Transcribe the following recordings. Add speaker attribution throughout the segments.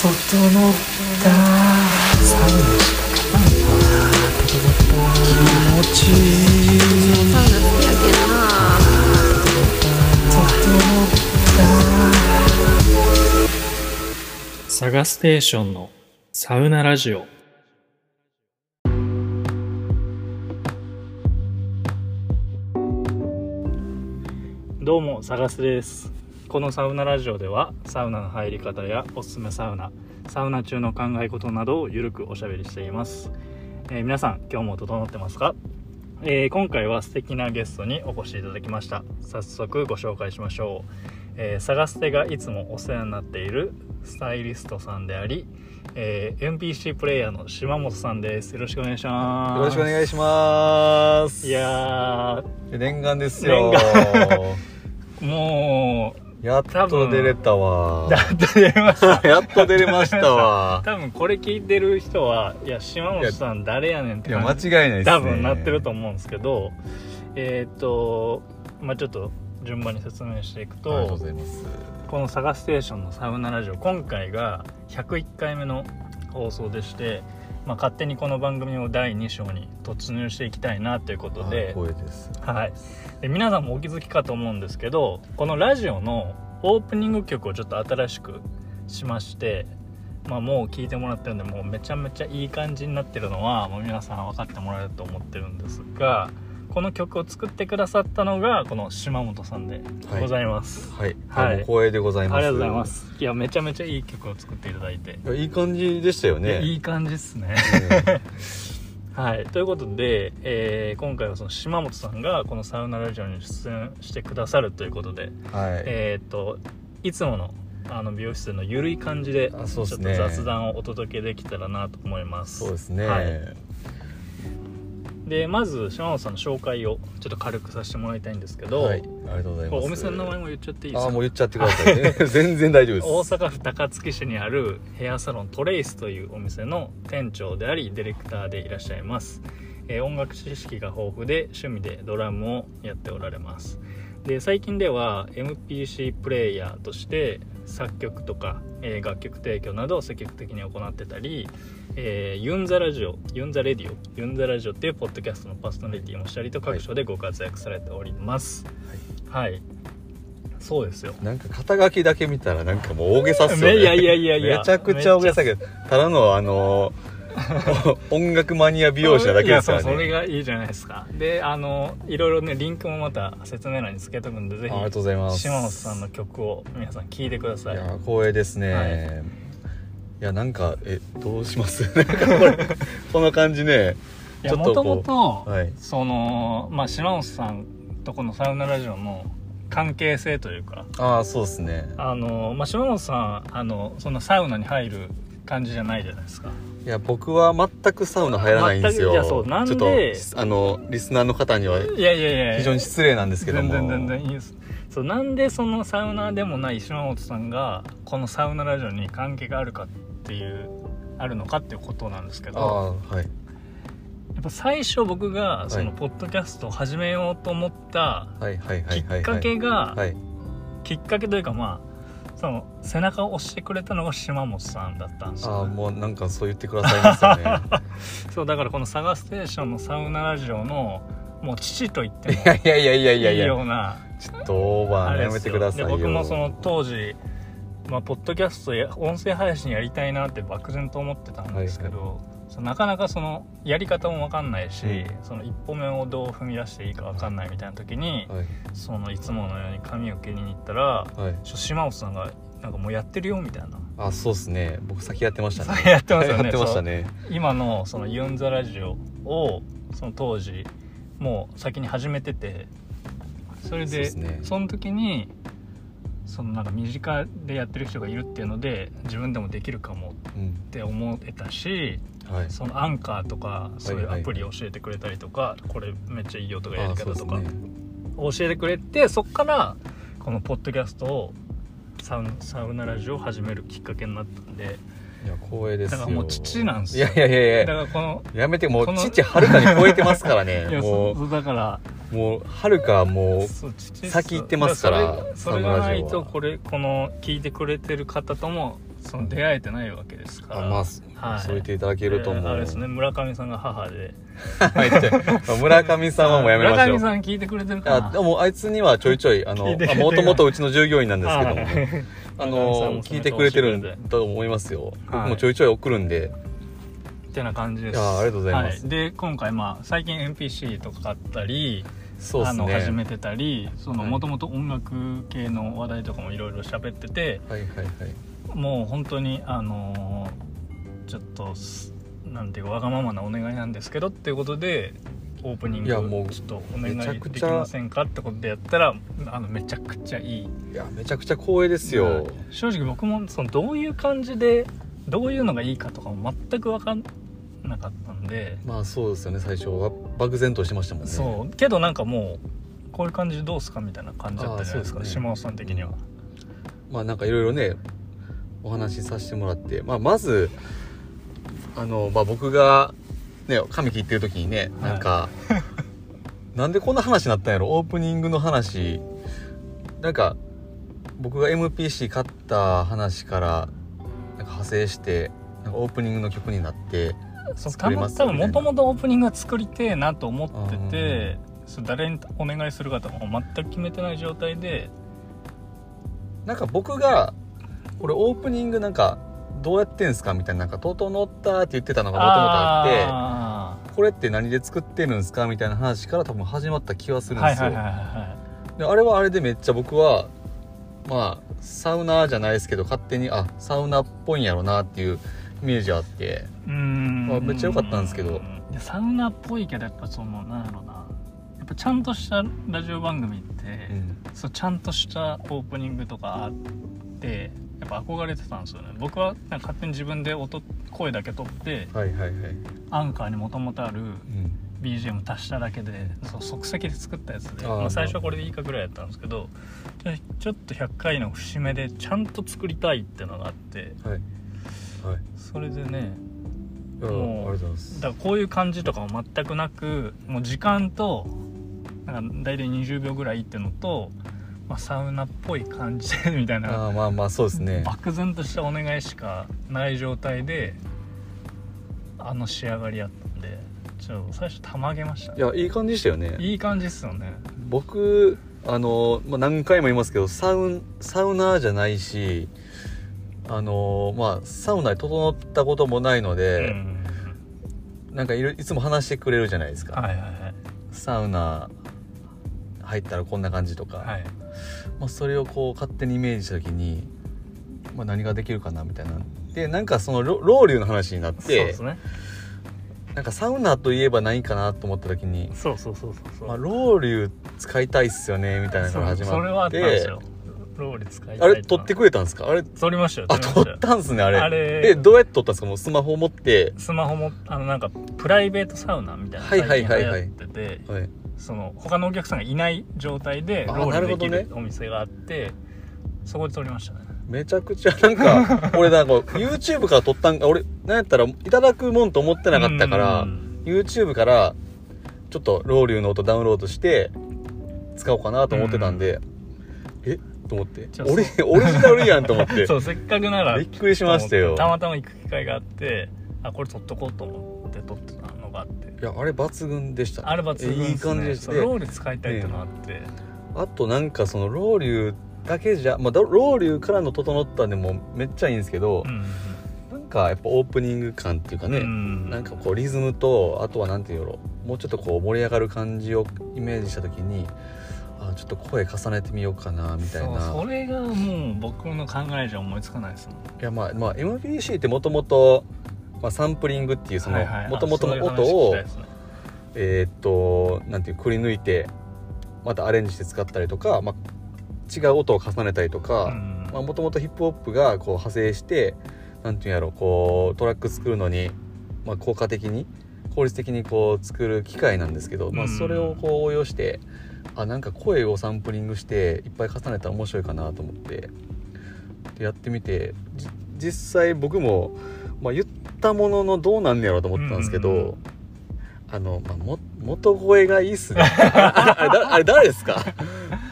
Speaker 1: 整ったサウナしかかないな整った気持ちいい
Speaker 2: サウナ好きやけんな
Speaker 3: サガステーションのサウナラジオどうもサガスですこのサウナラジオではサウナの入り方やおすすめサウナサウナ中の考え事などをゆるくおしゃべりしています、えー皆さん今日も整ってますか、えー今回は素敵なゲストにお越しいただきました早速ご紹介しましょうえー、サガステがいつもお世話になっているスタイリストさんであり、えー、NPC プレイヤーの島本さんですよろしくお願いします
Speaker 4: よろしくお願いします
Speaker 3: いや
Speaker 4: 念願ですよ
Speaker 3: 念ーも
Speaker 4: やっと出れたわ
Speaker 3: うだって出ました
Speaker 4: やっと出れまし たわ
Speaker 3: 多分これ聞いてる人はいや島本さん誰やねんっ
Speaker 4: い
Speaker 3: て
Speaker 4: や間
Speaker 3: 感じ
Speaker 4: 違いないですね
Speaker 3: 多分なってると思うんですけどえーっとまあちょっと順番に説明していく
Speaker 4: ありがとう
Speaker 3: と
Speaker 4: ございます
Speaker 3: この「サガステーション」のサウナラジオ今回が101回目の放送でして、まあ、勝手にこの番組を第2章に突入していきたいなということ
Speaker 4: あ
Speaker 3: で,、
Speaker 4: 光栄です
Speaker 3: はい、で皆さんもお気づきかと思うんですけどこのラジオのオープニング曲をちょっと新しくしまして、まあ、もう聴いてもらってるんでもうめちゃめちゃいい感じになってるのはもう皆さん分かってもらえると思ってるんですがこの曲を作ってくださったのがこの島本さんでございます。
Speaker 4: はい、
Speaker 3: はい
Speaker 4: あもう光栄でございます
Speaker 3: ありがとうございますいやめちゃめちゃいい曲を作っていただいて、
Speaker 4: いやいい感じでしたよね
Speaker 3: いい感じっす ねはいということで、えー今回はその島本さんがこのサウナラジオに出演してくださるということで、
Speaker 4: うんはい、
Speaker 3: えーっといつものあの美容室のゆるい感じでちょ
Speaker 4: あ
Speaker 3: っ
Speaker 4: そう
Speaker 3: と
Speaker 4: っすね
Speaker 3: 雑談をお届けできたらなと思います
Speaker 4: そうですね、
Speaker 3: はいでまず島本さんの紹介をちょっと軽くさせてもらいたいんですけど、
Speaker 4: はいありがとうござい
Speaker 3: こ
Speaker 4: ま
Speaker 3: れ
Speaker 4: す
Speaker 3: お店の名前も言っちゃっていいです
Speaker 4: あ
Speaker 3: か
Speaker 4: もう言っちゃってくださいね 全然大丈夫です
Speaker 3: 大阪府高槻市にあるヘアサロントレイスというお店の店長でありディレクターでいらっしゃいます、えー音楽知識が豊富で趣味でドラムをやっておられますで最近では MPC プレイヤーとして作曲とか、えー楽曲提供などを積極的に行ってたり、えーユンザラジオユンザレディオユンザラジオっていうポッドキャストのパーソナリティもしたりと各所でご活躍されておりますはい、そうですよ
Speaker 4: なんか肩書きだけ見たらなんかもう大げさっすよね
Speaker 3: めいやいやいやいや
Speaker 4: めちゃくちゃ大げさやけどただのあの 音楽マニア美容師なだけですから
Speaker 3: いやそうそれ
Speaker 4: ね
Speaker 3: がいいじゃないですかであのいろいろねリンクもまた説明欄につけとくんでぜ
Speaker 4: ありが
Speaker 3: ひ
Speaker 4: とうございます
Speaker 3: 島本さんの曲を皆さん聴いてくださ
Speaker 4: い
Speaker 3: い
Speaker 4: や光栄ですね、
Speaker 3: はい
Speaker 4: い、やなんかえどうしますなんか これこの感じね
Speaker 3: いや
Speaker 4: ちょ
Speaker 3: も
Speaker 4: っ
Speaker 3: と
Speaker 4: とこう
Speaker 3: もと
Speaker 4: はい
Speaker 3: そのまあ島本さんとこのサウナラジオの関係性というか
Speaker 4: ああそうですね
Speaker 3: あの、まあ、島本さんあのそんなサウナに入る感じじゃないじゃないですか
Speaker 4: いや僕は全くサウナ入らないんですよ
Speaker 3: 全くいやそうなんで
Speaker 4: ちょっとあのリスナーの方にはい
Speaker 3: やいやいや
Speaker 4: 非常に失礼なんですけども
Speaker 3: 全然全然いいですそうなんでそのサウナーでもない島本さんがこのサウナラジオに関係があるかっていうあるのかっていうことなんですけ
Speaker 4: あ
Speaker 3: ど
Speaker 4: あはい
Speaker 3: やっぱ最初僕がその
Speaker 4: はい
Speaker 3: ポッドキャストを始めようと思った
Speaker 4: はいはいは
Speaker 3: き
Speaker 4: いはいはい
Speaker 3: っかけが
Speaker 4: はい
Speaker 3: きっかけというかまあその背中を押してくれたのが島本さんだったんです
Speaker 4: あ
Speaker 3: よ
Speaker 4: あ
Speaker 3: ね
Speaker 4: もうなんかそう言ってくださいますよね
Speaker 3: そうだからこの「サガステーション」のサウナラジオのもう父と言っても
Speaker 4: いやいやいやいや
Speaker 3: い
Speaker 4: い
Speaker 3: い
Speaker 4: や
Speaker 3: ような
Speaker 4: ちょっとオー
Speaker 3: あ
Speaker 4: バー
Speaker 3: れ
Speaker 4: や
Speaker 3: で
Speaker 4: め
Speaker 3: す
Speaker 4: て
Speaker 3: よ
Speaker 4: くださいよ
Speaker 3: で僕もその当時、まあ、ポッドキャストや音声配信やりたいなって漠然と思ってたんですけど、そのなかなかそのやり方も分かんないし、
Speaker 4: うん
Speaker 3: その一歩目をどう踏み出していいか分かんないみたいな時に、
Speaker 4: はい
Speaker 3: そのいつものように髪を切りに行ったら
Speaker 4: はい
Speaker 3: ちょ島本さんが「なんかもうやってるよ」みたいな。
Speaker 4: あそうですね僕先 やってましたね
Speaker 3: やってますよね
Speaker 4: やってましたね
Speaker 3: そう今のそのユンザラジオをその当時もう先に始めててそれ
Speaker 4: そう
Speaker 3: で
Speaker 4: ですね
Speaker 3: その時にそのなんか身近でやってる人がいるっていうので自分でもできるかもっ
Speaker 4: うん
Speaker 3: て思えたし
Speaker 4: はい
Speaker 3: そのアンカーとかそういう
Speaker 4: はいはい
Speaker 3: アプリ教えてくれたりとか、これめっちゃいいよとかやり
Speaker 4: あそう
Speaker 3: 方
Speaker 4: です
Speaker 3: とか、
Speaker 4: ね
Speaker 3: 教えてくれてそっからこのポッドキャストをサウンサウナラジオを始めるきっかけになったんで
Speaker 4: いや光栄ですよ
Speaker 3: だからもう父なんです
Speaker 4: い
Speaker 3: よ
Speaker 4: やいやい
Speaker 3: だ
Speaker 4: やい
Speaker 3: か
Speaker 4: や
Speaker 3: らこの
Speaker 4: やめてもう
Speaker 3: この
Speaker 4: 父はるかに超えてますから
Speaker 3: いや
Speaker 4: ね
Speaker 3: そ
Speaker 4: も
Speaker 3: うそうだから
Speaker 4: うもうはるかも
Speaker 3: そう父
Speaker 4: 先行ってますから
Speaker 3: それそれ
Speaker 4: サウ
Speaker 3: が
Speaker 4: ナ
Speaker 3: な
Speaker 4: ラジオはい
Speaker 3: とこれこの聞いてくれてる方ともその出会えてないわけですから
Speaker 4: あまあそ
Speaker 3: はい、
Speaker 4: そう言っていただけるともう、
Speaker 3: であれですね村上さんが母で
Speaker 4: はいじゃあ村上さんはもうやめまし
Speaker 3: 村
Speaker 4: ょう
Speaker 3: 上さん聞いてくれてるか
Speaker 4: あ
Speaker 3: な
Speaker 4: でもあいつにはちょいちょいあ
Speaker 3: 聞い
Speaker 4: の
Speaker 3: てくれてる
Speaker 4: もともとうちの従業員なんですけども、
Speaker 3: はい
Speaker 4: あ
Speaker 3: 村上さん
Speaker 4: の
Speaker 3: も
Speaker 4: 聞いてくれてる
Speaker 3: その調子
Speaker 4: んと思いますよ、
Speaker 3: はい
Speaker 4: 僕もちょいちょい送るんで
Speaker 3: ってな感じです
Speaker 4: いやありがとうございます
Speaker 3: はで今回まあ最近 NPC とか買ったり、
Speaker 4: そうで
Speaker 3: あ
Speaker 4: す
Speaker 3: の
Speaker 4: ね
Speaker 3: 始めてたりその
Speaker 4: はい
Speaker 3: もともと音楽系の話題とかもいろいろ喋ってて
Speaker 4: はいはいはい
Speaker 3: もう本当にあのーちょっとすなんていうかわがままなお願いなんですけどっていうことでオープニング
Speaker 4: い
Speaker 3: ち
Speaker 4: や
Speaker 3: ょ
Speaker 4: もう
Speaker 3: っとお願い
Speaker 4: めちゃく
Speaker 3: でき
Speaker 4: ちゃ
Speaker 3: ませんかってことでやったらあのめちゃくちゃいい
Speaker 4: いやめちゃくちゃ光栄ですよ、
Speaker 3: 正直僕もそのどういう感じでどういうのがいいかとかも全く分かんなかったんで
Speaker 4: まあそうですよね最初は漠然としてましたもんね
Speaker 3: そうけどなんかもうこういう感じでどうすかみたいな感じだったじゃないですか
Speaker 4: あーそうですね
Speaker 3: 島尾さん的には。
Speaker 4: まあなんかいろいろねお話しさせてもらって、まあ、まずあの、まあ、僕が、ね、髪切ってる時にね
Speaker 3: はい
Speaker 4: なんか、なんでこんな話になったんやろオープニングの話なんか僕が MPC 勝った話からなんか派生してなんかオープニングの曲になって
Speaker 3: そう多
Speaker 4: 作りま
Speaker 3: 分
Speaker 4: す
Speaker 3: 多
Speaker 4: よね
Speaker 3: 分もともとオープニングは作りてえなと思ってて、そう誰にお願いするかとかも全く決めてない状態で
Speaker 4: なんか僕がこれオープニングなんかどうやってんすかみたいな「なんか整った」って言ってたのがもともとあって。
Speaker 3: あ
Speaker 4: これって何で作ってるんですかみたいな話から多分始まった気はす
Speaker 3: ー
Speaker 4: るん
Speaker 3: は
Speaker 4: で
Speaker 3: い
Speaker 4: すよ、
Speaker 3: はいはいはいは
Speaker 4: であれはあれでめっちゃ僕はまあサウナーじゃないですけど勝手にあサウナっぽいんやろなっていうイメージあって
Speaker 3: いうーん
Speaker 4: まあめっちゃ良かったんですけど
Speaker 3: いやサウナっぽいけどやっぱそのなんやろなやっぱちゃんとしたラジオ番組って、
Speaker 4: うん
Speaker 3: そうちゃんとしたオープニングとかあってやっぱ憧れてたんですよね僕はなんか勝手に自分で音声だけ取って
Speaker 4: はいはいはい、うん、
Speaker 3: アンカーにもともとある BGM 足しただけでそう即席で作ったやつで
Speaker 4: あー
Speaker 3: まあ、最初はこれでいいかぐらいやったんですけどちょちょっと100回の節目でちゃんと作りたいってのがあって
Speaker 4: はいはい
Speaker 3: それでね
Speaker 4: いやありが
Speaker 3: もう
Speaker 4: とうございます
Speaker 3: だからこういう感じとかも全くなくもう時間となんか大体20秒ぐらいってのと、まあ、サウナっぽい感じでみたいな
Speaker 4: あーまあまあそうですね
Speaker 3: 漠然としたお願いしかない状態であの仕上がりやったんでちょっと最初たまげました
Speaker 4: いやいい感じでしたよね
Speaker 3: いい感じっすよね
Speaker 4: 僕あの、まあ、何回も言いますけどサウンサウナーじゃないしあのまあサウナに整ったこともないの
Speaker 3: う
Speaker 4: で、
Speaker 3: ん
Speaker 4: なんかいろいつも話してくれるじゃないですか、
Speaker 3: はいはいはい
Speaker 4: サウナ入ったらこんな感じとか、
Speaker 3: はい
Speaker 4: まあ、それをこう勝手にイメージした時に、まあ、何ができるかなみたいなでなんかそのロロウリュの話になっ
Speaker 3: そうで
Speaker 4: て、
Speaker 3: すね
Speaker 4: なんかサウナといえば何かなと思った時に、
Speaker 3: そうそうそうそうそう、
Speaker 4: まあ、ロウリュ使いたいっすよねみたいなのから
Speaker 3: そう
Speaker 4: 始
Speaker 3: それはあ
Speaker 4: ま
Speaker 3: っ
Speaker 4: ったて
Speaker 3: んですよロール使いた
Speaker 4: あ
Speaker 3: い
Speaker 4: れ撮ってくれたんですかあれ
Speaker 3: 撮りましたよ
Speaker 4: あ
Speaker 3: りま
Speaker 4: 撮
Speaker 3: したよ
Speaker 4: ったんすねあれ
Speaker 3: あれ
Speaker 4: でどうやって撮ったんですかもうスマホ持って、
Speaker 3: スマホもあのなんかプライベートサウナみたいな
Speaker 4: はいはいはい
Speaker 3: 最
Speaker 4: はい
Speaker 3: 近流行ってて
Speaker 4: はい、
Speaker 3: その他のお客さんがいない状態で
Speaker 4: あー
Speaker 3: ロールでき
Speaker 4: なる
Speaker 3: る
Speaker 4: ほど
Speaker 3: お店があってそこで撮りましたね
Speaker 4: めちゃくちゃなん か俺なんか YouTube から撮ったんか俺なんやったらいただくもんと思ってなかったから、
Speaker 3: うん
Speaker 4: YouTube からちょっとロウリュの音ダウンロードして使おうかなと思ってたんで、えと思って
Speaker 3: じゃあ
Speaker 4: 俺
Speaker 3: そ
Speaker 4: オリジナルやんと思って
Speaker 3: そうせっかくなら
Speaker 4: びっくりしましたよ
Speaker 3: たまたま行く機会があってあこれ撮っとこうと思って撮ってたのがあって
Speaker 4: いやあれ抜群でしたね
Speaker 3: あれば次
Speaker 4: いい感じでした
Speaker 3: そうロール使いたいってのがあって、
Speaker 4: あとなんかそのロウリュだけじゃ、まあ、だロウリュからの整ったんでもめっちゃいいんですけど
Speaker 3: う、ん
Speaker 4: なんかやっぱオープニング感っていうかね、
Speaker 3: うん
Speaker 4: なんかこうリズムとあとはなんていうのもうちょっとこう盛り上がる感じをイメージした時にあちょっと声重ねてみようかなみたいな
Speaker 3: そうそれがもう僕の考えじゃ思いつかないですもん
Speaker 4: いやまあ、まあ、MBC ってもともとサンプリングっていうその
Speaker 3: はいはい
Speaker 4: もともと
Speaker 3: あ
Speaker 4: の
Speaker 3: そう
Speaker 4: 音
Speaker 3: いう話聞き
Speaker 4: を
Speaker 3: たいですね
Speaker 4: えーっとなんていうくり抜いてまたアレンジして使ったりとか、まあ、違う音を重ねたりと
Speaker 3: う
Speaker 4: か
Speaker 3: ん
Speaker 4: もともとヒップホップがこう派生してなんていうんやろこうトラック作るのに、まあ、効果的に効率的にこう作る機械なんですけど、ま
Speaker 3: う
Speaker 4: あ、
Speaker 3: ん
Speaker 4: それをこう応用してあなんか声をサンプリングしていっぱい重ねたら面白いかなと思ってでやってみてじ実際僕も、まあ、言ったもののどうなんねやろうと思ってたんですけど。
Speaker 3: うんうんうん
Speaker 4: あの、まあ、も元声がいいっすね あれあれだあれ誰ですか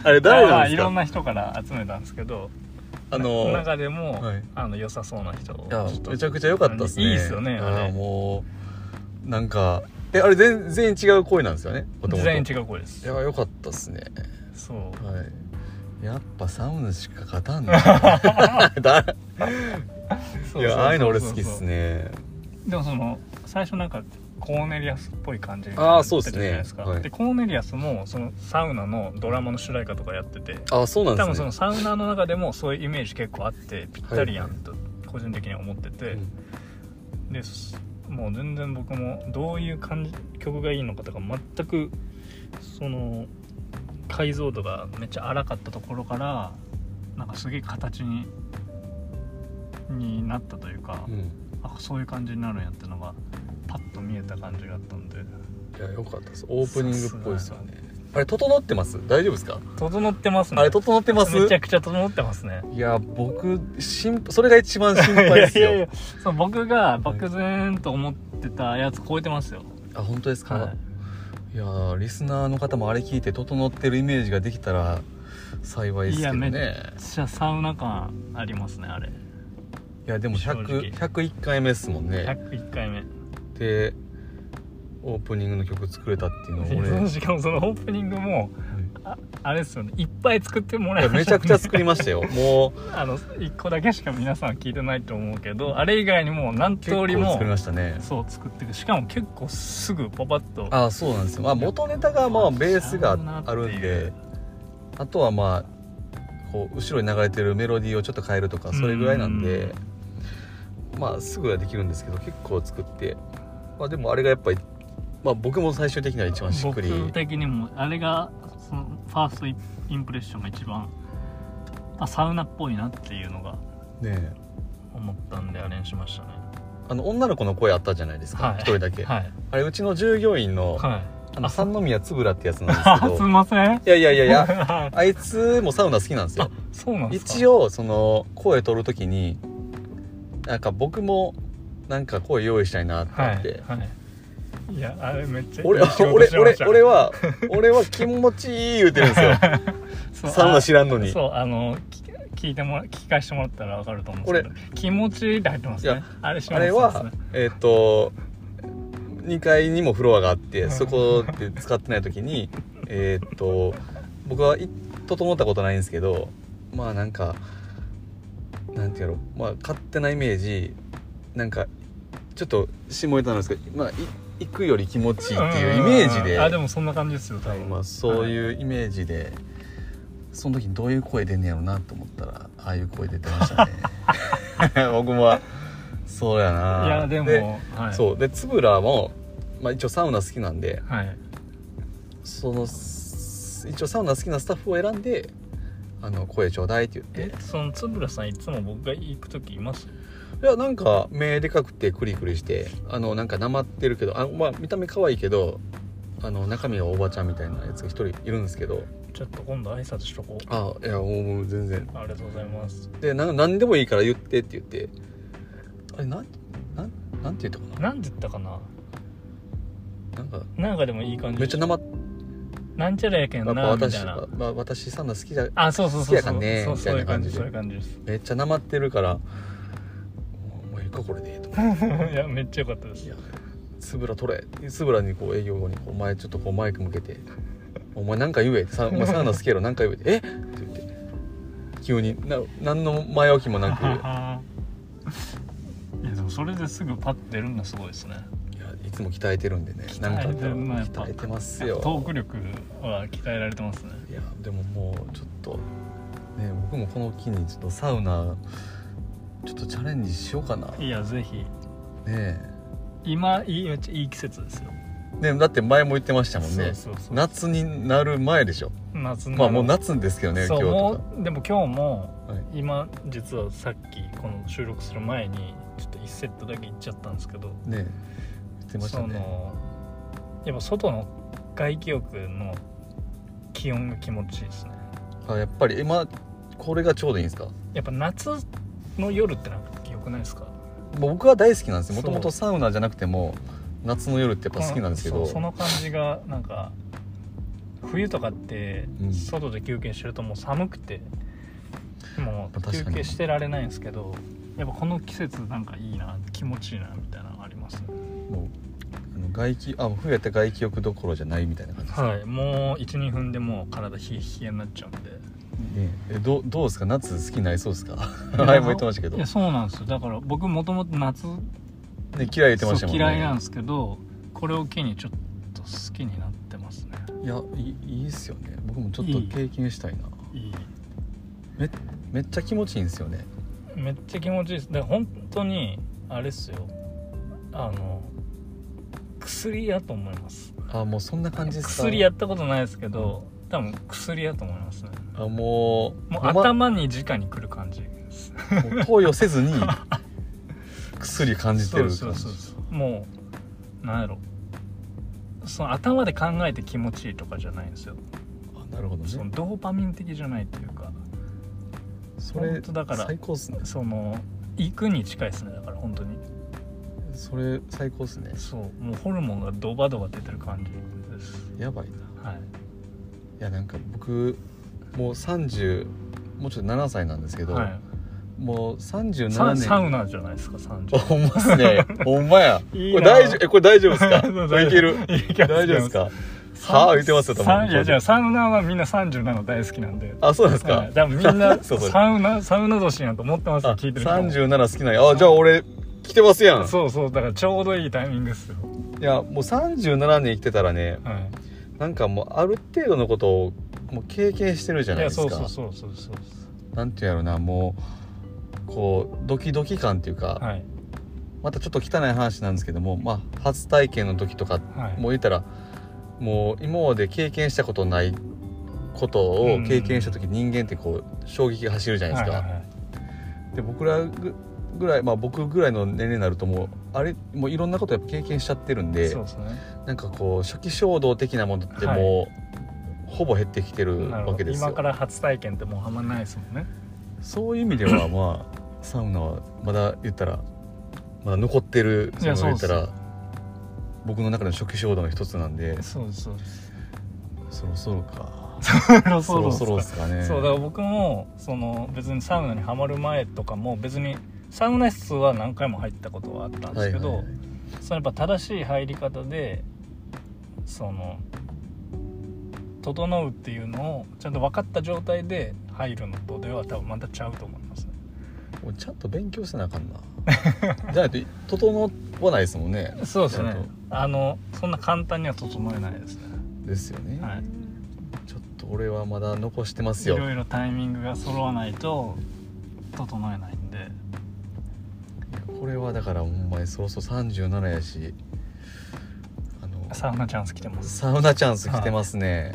Speaker 4: あれ誰
Speaker 3: ま
Speaker 4: な
Speaker 3: あ
Speaker 4: ん
Speaker 3: い
Speaker 4: です
Speaker 3: ろん
Speaker 4: か
Speaker 3: な人から集めたんですけど
Speaker 4: あの
Speaker 3: 中でも、
Speaker 4: はい
Speaker 3: あの良さそうな人を
Speaker 4: いや
Speaker 3: ちょっと
Speaker 4: めちゃくちゃ良かったですね
Speaker 3: いいっすよねあ
Speaker 4: あ
Speaker 3: れ
Speaker 4: ーもうなんかえあれ全全員違う声なんですよね元々
Speaker 3: 全然違う声で
Speaker 4: い
Speaker 3: す
Speaker 4: や良かったですね
Speaker 3: そう
Speaker 4: はいやっぱサウナしか勝た んなだ
Speaker 3: そ
Speaker 4: いうやああいうの俺好
Speaker 3: そう
Speaker 4: き
Speaker 3: そうそう
Speaker 4: っすね
Speaker 3: でもその最初なんかコーネリアスっぽい感じ
Speaker 4: あーそうっすね
Speaker 3: やってたじゃないですか
Speaker 4: はい
Speaker 3: でコーネリアスもそのサウナのドラマの主題歌とかやってて
Speaker 4: あそうなんで
Speaker 3: 多
Speaker 4: すね
Speaker 3: 分そのサウナーの中でもそういうイメージ結構あってぴったりやん
Speaker 4: はい
Speaker 3: と個人的には思ってて、
Speaker 4: うん
Speaker 3: ですもう全然僕もどういう感じ曲がいいのかとか全くその解像度がめっちゃ荒かったところからなんかすげえ形にになったというか、
Speaker 4: うん
Speaker 3: あそういう感じになるんやってのがパッと見えた感じがあったんで
Speaker 4: いや良かったですオープニングっぽいですよねあれ整ってます大丈夫ですか
Speaker 3: 整ってますね
Speaker 4: あれ整ってます
Speaker 3: めちゃくちゃ整ってますね
Speaker 4: いや僕心それが一番心配です
Speaker 3: いやいや
Speaker 4: よ
Speaker 3: いやそう僕が漠然と思ってたやつ超えてますよ、
Speaker 4: あ本当ですか、
Speaker 3: はい
Speaker 4: いやーリスナーの方もあれ聞いて整ってるイメージができたら幸いですけどね
Speaker 3: いや
Speaker 4: い
Speaker 3: め
Speaker 4: や
Speaker 3: じゃあサウナ感ありますねあれ
Speaker 4: でも
Speaker 3: 正直
Speaker 4: 100 101回目ですもんね
Speaker 3: 101回目
Speaker 4: でオープニングの曲作れたっていうのは俺、
Speaker 3: しかもそのオープニングもああれですよねいっぱい作っても
Speaker 4: い
Speaker 3: らい
Speaker 4: や
Speaker 3: ま
Speaker 4: め
Speaker 3: し
Speaker 4: ち
Speaker 3: た
Speaker 4: ゃくちゃ作りましたよもう
Speaker 3: あの1個だけしか皆さん聞いてないと思うけどあれ以外にも何
Speaker 4: 結
Speaker 3: 通り
Speaker 4: 構
Speaker 3: も
Speaker 4: 作りましたね
Speaker 3: そう作ってるしかも結構すぐパパッと
Speaker 4: あそうなんですよ、まあ、元ネタがまあベースがあるんであとはまあこう後ろに流れてるメロディーをちょっと変えるとかそれぐらいなんでまあすぐはできるんですけど結構作って、まあ、でもあれがやっぱり、まあ、僕も最終的には一番しっくり
Speaker 3: 僕的にもあれがそのファーストインプレッションが一番あサウナっぽいなっていうのが
Speaker 4: ね
Speaker 3: 思ったんであれにしましたね
Speaker 4: あの女の子の声あったじゃないですか
Speaker 3: はい
Speaker 4: 一人だけ、
Speaker 3: はい
Speaker 4: あれうちの従業員の,、
Speaker 3: はい
Speaker 4: あの三宮つぶらってやつなんです
Speaker 3: あ
Speaker 4: け
Speaker 3: す
Speaker 4: ど
Speaker 3: いません
Speaker 4: いやいやいやいや
Speaker 3: はい
Speaker 4: あいつもサウナ好きなんですよ
Speaker 3: あそうなんですか
Speaker 4: 一応その声取る時になんか僕もなんか声用意したいなって
Speaker 3: は
Speaker 4: ないって、
Speaker 3: はいいやあれめっちゃ
Speaker 4: 俺
Speaker 3: いい仕事
Speaker 4: 俺
Speaker 3: してま
Speaker 4: 俺
Speaker 3: した
Speaker 4: 俺は俺は気持ちいい言うてるんですよ
Speaker 3: そう
Speaker 4: サウナ知らんのに
Speaker 3: あ
Speaker 4: い
Speaker 3: そうあの聞聞いてもら聞き返してもらったらわかると思うんですけど気持ちいいって入ってます
Speaker 4: や
Speaker 3: ねあれしま
Speaker 4: あれ
Speaker 3: す
Speaker 4: は
Speaker 3: ね
Speaker 4: えっ、と2階にもフロアがあって
Speaker 3: ん
Speaker 4: そこで使ってない時にえっと僕はい整ったことないんですけどまあなんかなんていうやろまあ勝手なイメージなんかちょっと下ネタなんですけどまあい行くより気持ちいいっていうイメージで
Speaker 3: んあでもそんな感じですよ多分
Speaker 4: まあ、そう
Speaker 3: う
Speaker 4: いうイメージで、その時どういう声出んねやろなと思ったらああいう声出てま したね僕もそうやない
Speaker 3: やでもはい
Speaker 4: そうでつぶらも、まあ、一応サウナ好きなんで
Speaker 3: はい
Speaker 4: そのす一応サウナ好きなスタッフを選んで「あの声ちょうだい」って言っ
Speaker 3: え
Speaker 4: て
Speaker 3: そのつぶらさんいつも僕が行く時います
Speaker 4: いやなんか目でかくてクリクリしてあのなんかなまってるけどあ、まあ、見た目可愛いけどあの中身がおばちゃんみたいなやつが一人いるんですけど
Speaker 3: ちょっと今度挨拶しとこう
Speaker 4: あいやもう全然
Speaker 3: ありがとうございます
Speaker 4: でな何でもいいから言ってって言ってあれなんなんなんて言ったか
Speaker 3: なんて言ったかな
Speaker 4: ななんか
Speaker 3: なんかでもいい感じ
Speaker 4: めっちゃなまっ
Speaker 3: なんちゃらやけん
Speaker 4: や
Speaker 3: な
Speaker 4: っぱ
Speaker 3: みた
Speaker 4: 私
Speaker 3: い
Speaker 4: ま
Speaker 3: な
Speaker 4: あ私サウナ好きだ
Speaker 3: あそうそうそう
Speaker 4: 好きやか
Speaker 3: そ
Speaker 4: ん
Speaker 3: う
Speaker 4: ね
Speaker 3: そうそういう感じ
Speaker 4: み
Speaker 3: そういう
Speaker 4: たいな
Speaker 3: 感じです
Speaker 4: めっちゃなまってるからもうもういいかこれでと思
Speaker 3: いやめっちゃ良かったで
Speaker 4: ってい
Speaker 3: す
Speaker 4: やつぶら取れつぶらにこう営業後にこうお前ちょっとこうマイク向けて「お前なんか言え」ってさ「お前サウナ 好きやろなんか言え」って「えっ?」って言って急にな何の前置きもなく
Speaker 3: いやでもそれですぐパッと出るのがすごいですね
Speaker 4: いやいつも鍛えてるんでね
Speaker 3: 鍛えてるな
Speaker 4: なん
Speaker 3: やっ
Speaker 4: か
Speaker 3: ぱ
Speaker 4: 鍛えてます
Speaker 3: ト
Speaker 4: よ
Speaker 3: ーク力は鍛えられてますね
Speaker 4: いやでももうちょっとね僕もこの機にちょっとサウナちょっとチャレンジしようかなね
Speaker 3: いやぜひ
Speaker 4: え
Speaker 3: 今いいめっちゃいい季節ですよ
Speaker 4: ねだって前も言ってましたもんね
Speaker 3: そうそうそう
Speaker 4: 夏になる前でしょ
Speaker 3: 夏の
Speaker 4: まあもう夏ですけどね今
Speaker 3: そ
Speaker 4: 日
Speaker 3: う
Speaker 4: と
Speaker 3: もうでも今日も
Speaker 4: か、はい、
Speaker 3: 今実はさっきこの収録する前にちょっと1セットだけ行っちゃったんですけど、
Speaker 4: ねえ言ってました
Speaker 3: そ
Speaker 4: ね
Speaker 3: のやっぱ外の外気浴の気温が気持ちいいですね
Speaker 4: あやっぱり今これがちょうどいいんですか
Speaker 3: やっぱ夏の夜ってなんか良くないですか
Speaker 4: もう僕は大好きなんです
Speaker 3: そ
Speaker 4: よも
Speaker 3: う
Speaker 4: ともとサウナじゃなくても夏の夜ってやっぱ好きなんですけ
Speaker 3: こ
Speaker 4: ど
Speaker 3: のそうその感じがなんか冬とかって
Speaker 4: うん
Speaker 3: 外で休憩してるともう寒くても
Speaker 4: まあ
Speaker 3: う
Speaker 4: 確
Speaker 3: 休
Speaker 4: かに
Speaker 3: 憩してられないんですけどやっぱこの季節なんかいいな気持ちいいなみたいなのがありますね
Speaker 4: もうあの外気あもう冬やったら外気浴どころじゃないみたいな感じですか、
Speaker 3: はいもう12分でもう体冷え冷えになっちゃうんで
Speaker 4: ねえどうどうですか夏好きになりそうですか 前も言ってましたけど、
Speaker 3: いや
Speaker 4: ね、
Speaker 3: そうなんですよだから僕もともと夏
Speaker 4: 嫌い言ってました
Speaker 3: そ
Speaker 4: もんね
Speaker 3: う嫌いなんですけどこれを機にちょっと好きになってますね
Speaker 4: いやいいいいっすよね僕もちょっと経験したいない
Speaker 3: い
Speaker 4: めっちゃ気持ちいいんですよね
Speaker 3: めっちゃ気持ちいいですで本当にあれっすよあの薬やと思います
Speaker 4: あもうそんな感じですか
Speaker 3: 薬やったことないですけど多分薬やと思いますね
Speaker 4: あもう
Speaker 3: もう
Speaker 4: 飲ま
Speaker 3: 頭に直にくる感じです
Speaker 4: もう投与せず に薬感じてる感じ
Speaker 3: そうそうそうそうもうなんやろその頭で考えて気持ちいいとかじゃないんですよ
Speaker 4: あなるほど
Speaker 3: その
Speaker 4: ね
Speaker 3: ドーパミン的じゃないっていうか
Speaker 4: それ
Speaker 3: 本当だから
Speaker 4: 最高っすね
Speaker 3: その行くに近いですねだから本当に
Speaker 4: それ最高っすね
Speaker 3: そうもうホルモンがドバドバ出てる感じです
Speaker 4: やばいない
Speaker 3: はい
Speaker 4: やなんか僕もう30もうちょっと7歳なんですけど、
Speaker 3: はい
Speaker 4: もう
Speaker 3: サ
Speaker 4: 37
Speaker 3: ウサ
Speaker 4: 年
Speaker 3: ウナじゃないですか三十
Speaker 4: あ。ほんまっすねほんまや
Speaker 3: いい
Speaker 4: こ
Speaker 3: な
Speaker 4: れ大丈夫えこれ大丈夫ですか
Speaker 3: そう
Speaker 4: これいける
Speaker 3: いけます
Speaker 4: 大丈夫ですか
Speaker 3: 三
Speaker 4: はあ言ってますよ多分
Speaker 3: 三いやじゃあサウナはみんな三十なの大好きなんで。
Speaker 4: あそうなんですか、
Speaker 3: はい多分みんな
Speaker 4: そうそう
Speaker 3: サウナサウナ年やと思ってますよ
Speaker 4: あ
Speaker 3: 聞いてる人も。
Speaker 4: 37好きなんやあじゃあ俺来てますやん
Speaker 3: そうそうだからちょうどいいタイミングですよ。
Speaker 4: いやもう37年生きてたらね
Speaker 3: はい。
Speaker 4: なんかもうある程度のことをもう経験してるじゃ
Speaker 3: い
Speaker 4: ないで
Speaker 3: や
Speaker 4: すか
Speaker 3: そうそうそうそうそうです。
Speaker 4: なんていうんやろなもうこうドキドキ感っていうか、
Speaker 3: はい
Speaker 4: またちょっと汚い話なんですけども、まあ、初体験の時とか
Speaker 3: はい。
Speaker 4: もう言ったらもう今まで経験したことないことを経験した時、人間ってこう衝撃が走るじゃないですか、
Speaker 3: はいはいはい
Speaker 4: で僕らぐぐらい、まあ、僕ぐらいの年齢になるともうあれもういろんなことやっぱ経験しちゃってるんで
Speaker 3: そうですね。
Speaker 4: なんかこう初期衝動的なものってもう、ほぼ減ってきてる
Speaker 3: なる
Speaker 4: わ
Speaker 3: ほ
Speaker 4: け
Speaker 3: ど。
Speaker 4: です
Speaker 3: 今
Speaker 4: よ
Speaker 3: から初体験ってもうはまんないですもんね。
Speaker 4: そういう意味ではまあサウナはまだ言ったらまだ残ってる
Speaker 3: い
Speaker 4: その
Speaker 3: や
Speaker 4: 言っ
Speaker 3: そ
Speaker 4: た
Speaker 3: う
Speaker 4: ら僕の中の初期衝動の一つなんで
Speaker 3: そうですそうです。
Speaker 4: そろそろか
Speaker 3: そろそろ
Speaker 4: そろですかね
Speaker 3: そうだから僕もその別にサウナにはまる前とかも別にサウナ室は何回も入ったことはあったんですけど、
Speaker 4: はいはいはい
Speaker 3: そのやっぱ正しい入り方でその整うっていうのをちゃんと分かった状態で入るのとでは多分またちゃうと思いますね
Speaker 4: もうちゃんと勉強せなあかんなじゃないと整わないですもんね
Speaker 3: そうです
Speaker 4: ちゃ
Speaker 3: ね
Speaker 4: んと
Speaker 3: あのそんな簡単には整えないですね
Speaker 4: ですよね、
Speaker 3: はい
Speaker 4: ちょっと俺はまだ残してます
Speaker 3: い
Speaker 4: よ
Speaker 3: ろいろタイミングが揃わないと整えないんで
Speaker 4: これはだからほんまにそろそろ37やしあの
Speaker 3: サウナチャンス来てます
Speaker 4: サウナチャンス来てますね、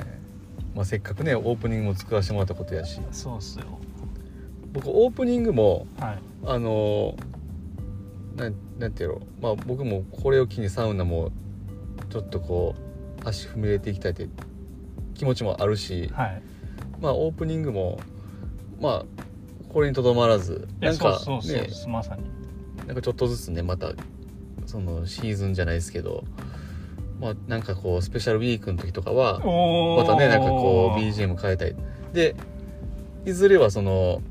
Speaker 4: まあ、せっかくねオープニングも作らせてもらったことやし
Speaker 3: そうっすよ
Speaker 4: 僕オープニングも
Speaker 3: はい
Speaker 4: あのなんなんていうのまあ僕もこれを機にサウナもちょっとこう足踏み入れていきたいって気持ちもあるし、
Speaker 3: はい
Speaker 4: まあオープニングもまあこれにとどまらず
Speaker 3: いや
Speaker 4: なん
Speaker 3: そう
Speaker 4: か
Speaker 3: そうそう
Speaker 4: ね
Speaker 3: です、まさに
Speaker 4: なんかちょっとずつねまたそのシーズンじゃないですけどまあなんかこうスペシャルウィークの時とかは
Speaker 3: ま
Speaker 4: またねなんかこう BGM 変えたりでいずれはその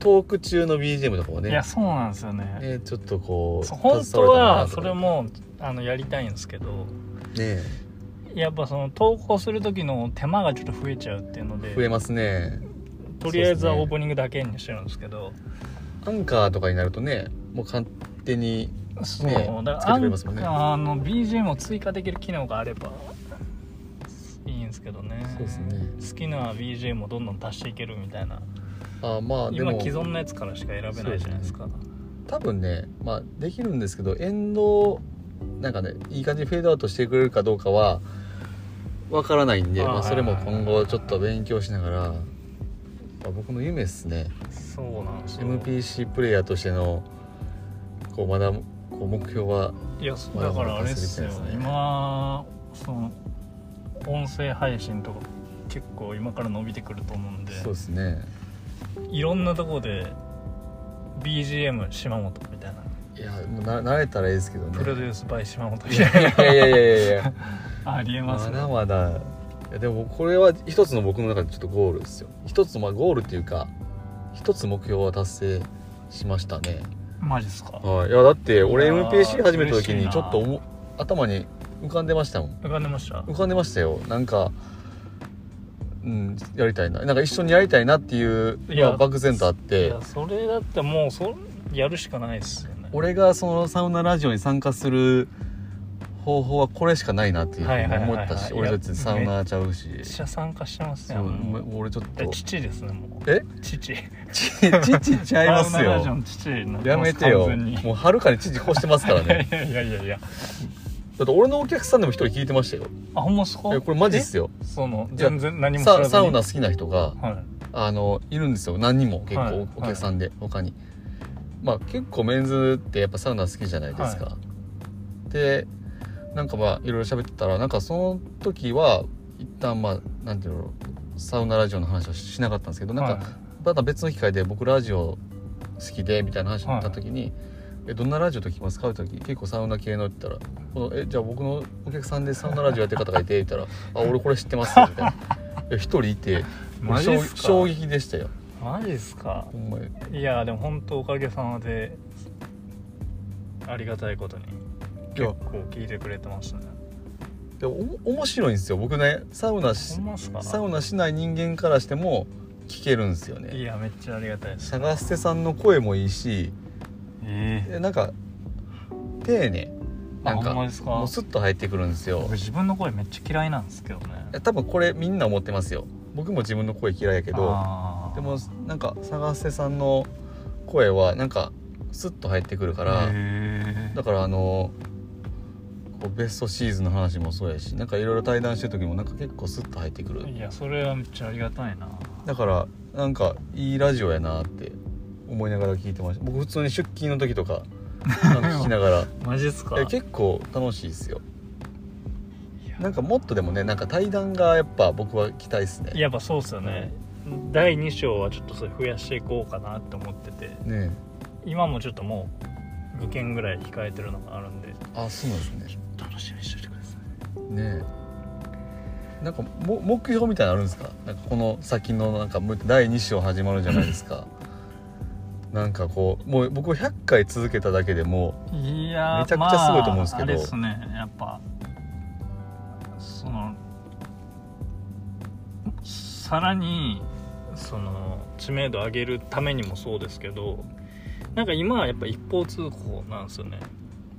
Speaker 4: トーク中の BGM とかも
Speaker 3: いや
Speaker 4: ね
Speaker 3: そうなんですよね
Speaker 4: ねちょっとこう
Speaker 3: そう本当はそ
Speaker 4: 携
Speaker 3: れ
Speaker 4: わ
Speaker 3: もあのやりたいんですけど
Speaker 4: れたらなとかね
Speaker 3: やっぱその投稿する時の手間がちょっと増えちゃうっていうので
Speaker 4: 増えますね
Speaker 3: とりあえずは
Speaker 4: そうですね
Speaker 3: オープニングだけにしてるんですけど
Speaker 4: アンカーとかになるとねもう勝手に
Speaker 3: そう,、
Speaker 4: ね
Speaker 3: だから
Speaker 4: つけて
Speaker 3: ア
Speaker 4: くれ
Speaker 3: ン
Speaker 4: ますもんね
Speaker 3: あの BGM を追加できる機能があればいいんですけどね
Speaker 4: そうですね
Speaker 3: 好きな BGM をどんどん足していけるみたいな
Speaker 4: あまあで
Speaker 3: 今
Speaker 4: も
Speaker 3: 既存のやつからしか選べないじゃないですか
Speaker 4: 多分ねまあできるんですけどエンドなんかねいい感じにフェードアウトしてくれるかどうかはわからないんで
Speaker 3: あー
Speaker 4: まあ、それも今後ちょっと勉強しながら、まあ、僕の夢っすね
Speaker 3: そう,、なんですよ
Speaker 4: MPC プレイヤーとしてのこうまだこう目標はい
Speaker 3: や
Speaker 4: まだ
Speaker 3: だからあれっすよ、
Speaker 4: まだまだ
Speaker 3: 今その音声配信とか結構今から伸びてくると思うんで
Speaker 4: そうですね
Speaker 3: いろんなとこで BGM 島本みたいな、
Speaker 4: いやもうな慣れたらいいですけどね
Speaker 3: プロデュース by 島本み
Speaker 4: い
Speaker 3: た い
Speaker 4: やいやいやいやいや
Speaker 3: なありえま
Speaker 4: ます
Speaker 3: ね
Speaker 4: だまだいやでもこれは一つの僕の中でちょっとゴールですよ一つのまあゴールっていうか一つ目標は達成しましたね
Speaker 3: マジっすか
Speaker 4: はいいやだって俺
Speaker 3: うわー
Speaker 4: MPC 始めた時
Speaker 3: 嬉しい
Speaker 4: に
Speaker 3: な
Speaker 4: ちょっとおも頭に浮かんでましたもん
Speaker 3: 浮かんでました
Speaker 4: 浮かんでましたよなんかうんやりたいななんか一緒にやりたいなっていう、
Speaker 3: いや
Speaker 4: まあ漠然とあっ
Speaker 3: い
Speaker 4: て
Speaker 3: やそれだってもうそやるしかないっすよね
Speaker 4: 俺がそのサウナラジオに参加する方法はこれしかないなっていうふうに思
Speaker 3: はいはいはい
Speaker 4: ったし
Speaker 3: はい
Speaker 4: 俺だってサウナちゃうし
Speaker 3: めっちゃ参加してます
Speaker 4: そ
Speaker 3: ね
Speaker 4: う
Speaker 3: もう
Speaker 4: 俺ちょっ
Speaker 3: いや
Speaker 4: と
Speaker 3: 父ですねもう
Speaker 4: え
Speaker 3: 父
Speaker 4: ちちちちゃいます
Speaker 3: サウナラジオ
Speaker 4: よ
Speaker 3: の父になって
Speaker 4: や
Speaker 3: ま
Speaker 4: め
Speaker 3: す
Speaker 4: てよ
Speaker 3: 完全に
Speaker 4: もうはるかに父越してますからね
Speaker 3: いやいやいやいや
Speaker 4: だって俺のお客さんでも一人聞いてましたよ
Speaker 3: あほんまっすか
Speaker 4: いやこれマジっすよ
Speaker 3: えその全然何も知らず
Speaker 4: サ
Speaker 3: に
Speaker 4: サウナ好きな人が
Speaker 3: はい
Speaker 4: あのいるんですよ何人も結
Speaker 3: はい
Speaker 4: 構おお客さんで、他にまあ結構メンズってやっぱサウナ好きじゃないですか、でなんかまあいろいろ喋ってたらなんかその時は一旦まあなんていうのサウナラジオの話はしなかったんですけどなんか、
Speaker 3: はい
Speaker 4: また別の機会で僕ラジオ好きでみたいな話になった時に、えどんなラジオと聞きますかって時結構サウナ系のって言ったらこのえじゃあ僕のお客さんでサウナラジオやってる方がい てって言ったらあ俺これ知ってますよみたいないや一人いて
Speaker 3: マジっすか
Speaker 4: 衝衝撃でしたよ
Speaker 3: マジっすか
Speaker 4: ほんまに
Speaker 3: いやでも本当おかげさまでありがたいことに結構聞いてくれてますね
Speaker 4: でもお面白いんですよ僕ねサウナし
Speaker 3: ほんまっすか
Speaker 4: サウナしない人間からしても聞けるんですよ
Speaker 3: い
Speaker 4: ね
Speaker 3: やめっちゃありがたいです
Speaker 4: シャガステさんの声もいいし
Speaker 3: ええ
Speaker 4: でなんか丁寧なん
Speaker 3: あ
Speaker 4: か
Speaker 3: ほんまですか
Speaker 4: もうスッと入ってくるんですよ
Speaker 3: 僕自分の声めっちゃ嫌いなんですけどね
Speaker 4: いや多分これみんな思ってますよ僕も自分の声嫌いやけど
Speaker 3: あー
Speaker 4: でもなんか探瀬さんの声はなんかスッと入ってくるから
Speaker 3: へ
Speaker 4: だからあのこうベストシーズンの話もそうやしなんかいろいろ対談してる時もなんか結構スッと入ってく
Speaker 3: え
Speaker 4: る
Speaker 3: いやそれはめっちゃありがたいな
Speaker 4: だからなんかいいラジオやなって思いながら聞いてました僕普通に出勤の時 とかあの聞きながら
Speaker 3: マジっすか
Speaker 4: いや結構楽しいですよ
Speaker 3: いや
Speaker 4: なんかもっとでもねなんか対談がやっぱ僕は期待っすね
Speaker 3: やっぱそうっすよね第2章はちょっとそれ増やしていこうかなって思ってて
Speaker 4: ね
Speaker 3: 今もちょっともう5件ぐらい控えてるのがあるんで
Speaker 4: えあそうなんですね
Speaker 3: 楽しみにしててくださ
Speaker 4: ねえなんかも目標みたいなのあるんですかなんかこの先のなんかむ第2章始まるじゃないですかなんかこうもう僕100回続けただけでも
Speaker 3: いいやー
Speaker 4: めちゃくちゃすごいと思うんですけど
Speaker 3: まあ、あれですねやっぱそのさらにその知名度上げるためにもそうですけどなんか今はやっぱ一方通行なんですよね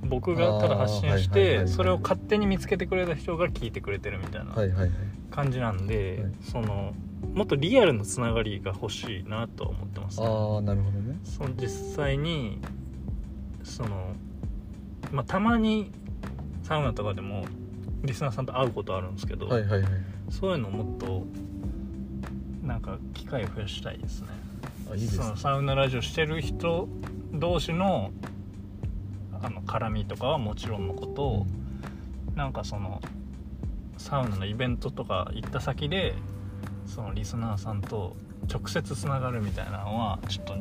Speaker 3: 僕がただ発信し
Speaker 4: あーはいはいはいは
Speaker 3: て
Speaker 4: い
Speaker 3: それを勝手に見つけてくれた人が聞いてくれてるみたいな
Speaker 4: はいはいはい
Speaker 3: 感じなんで、
Speaker 4: はい
Speaker 3: そのもっとリアルなつながりが欲しいなとは思ってますね
Speaker 4: ああなるほどね
Speaker 3: その実際にその、まあ、たまにサウナとかでもリスナーさんと会うことあるんですけど、
Speaker 4: はいはいはい
Speaker 3: そういうのもっとなんか機会を増やしたいですね
Speaker 4: あいいです
Speaker 3: そ
Speaker 4: ね
Speaker 3: のサウナラジオしてる人同士のあの絡みとかはもちろんのことを、なんかそのサウナのイベントとか行った先でそのリスナーさんと直接つながるみたいなのはちょっと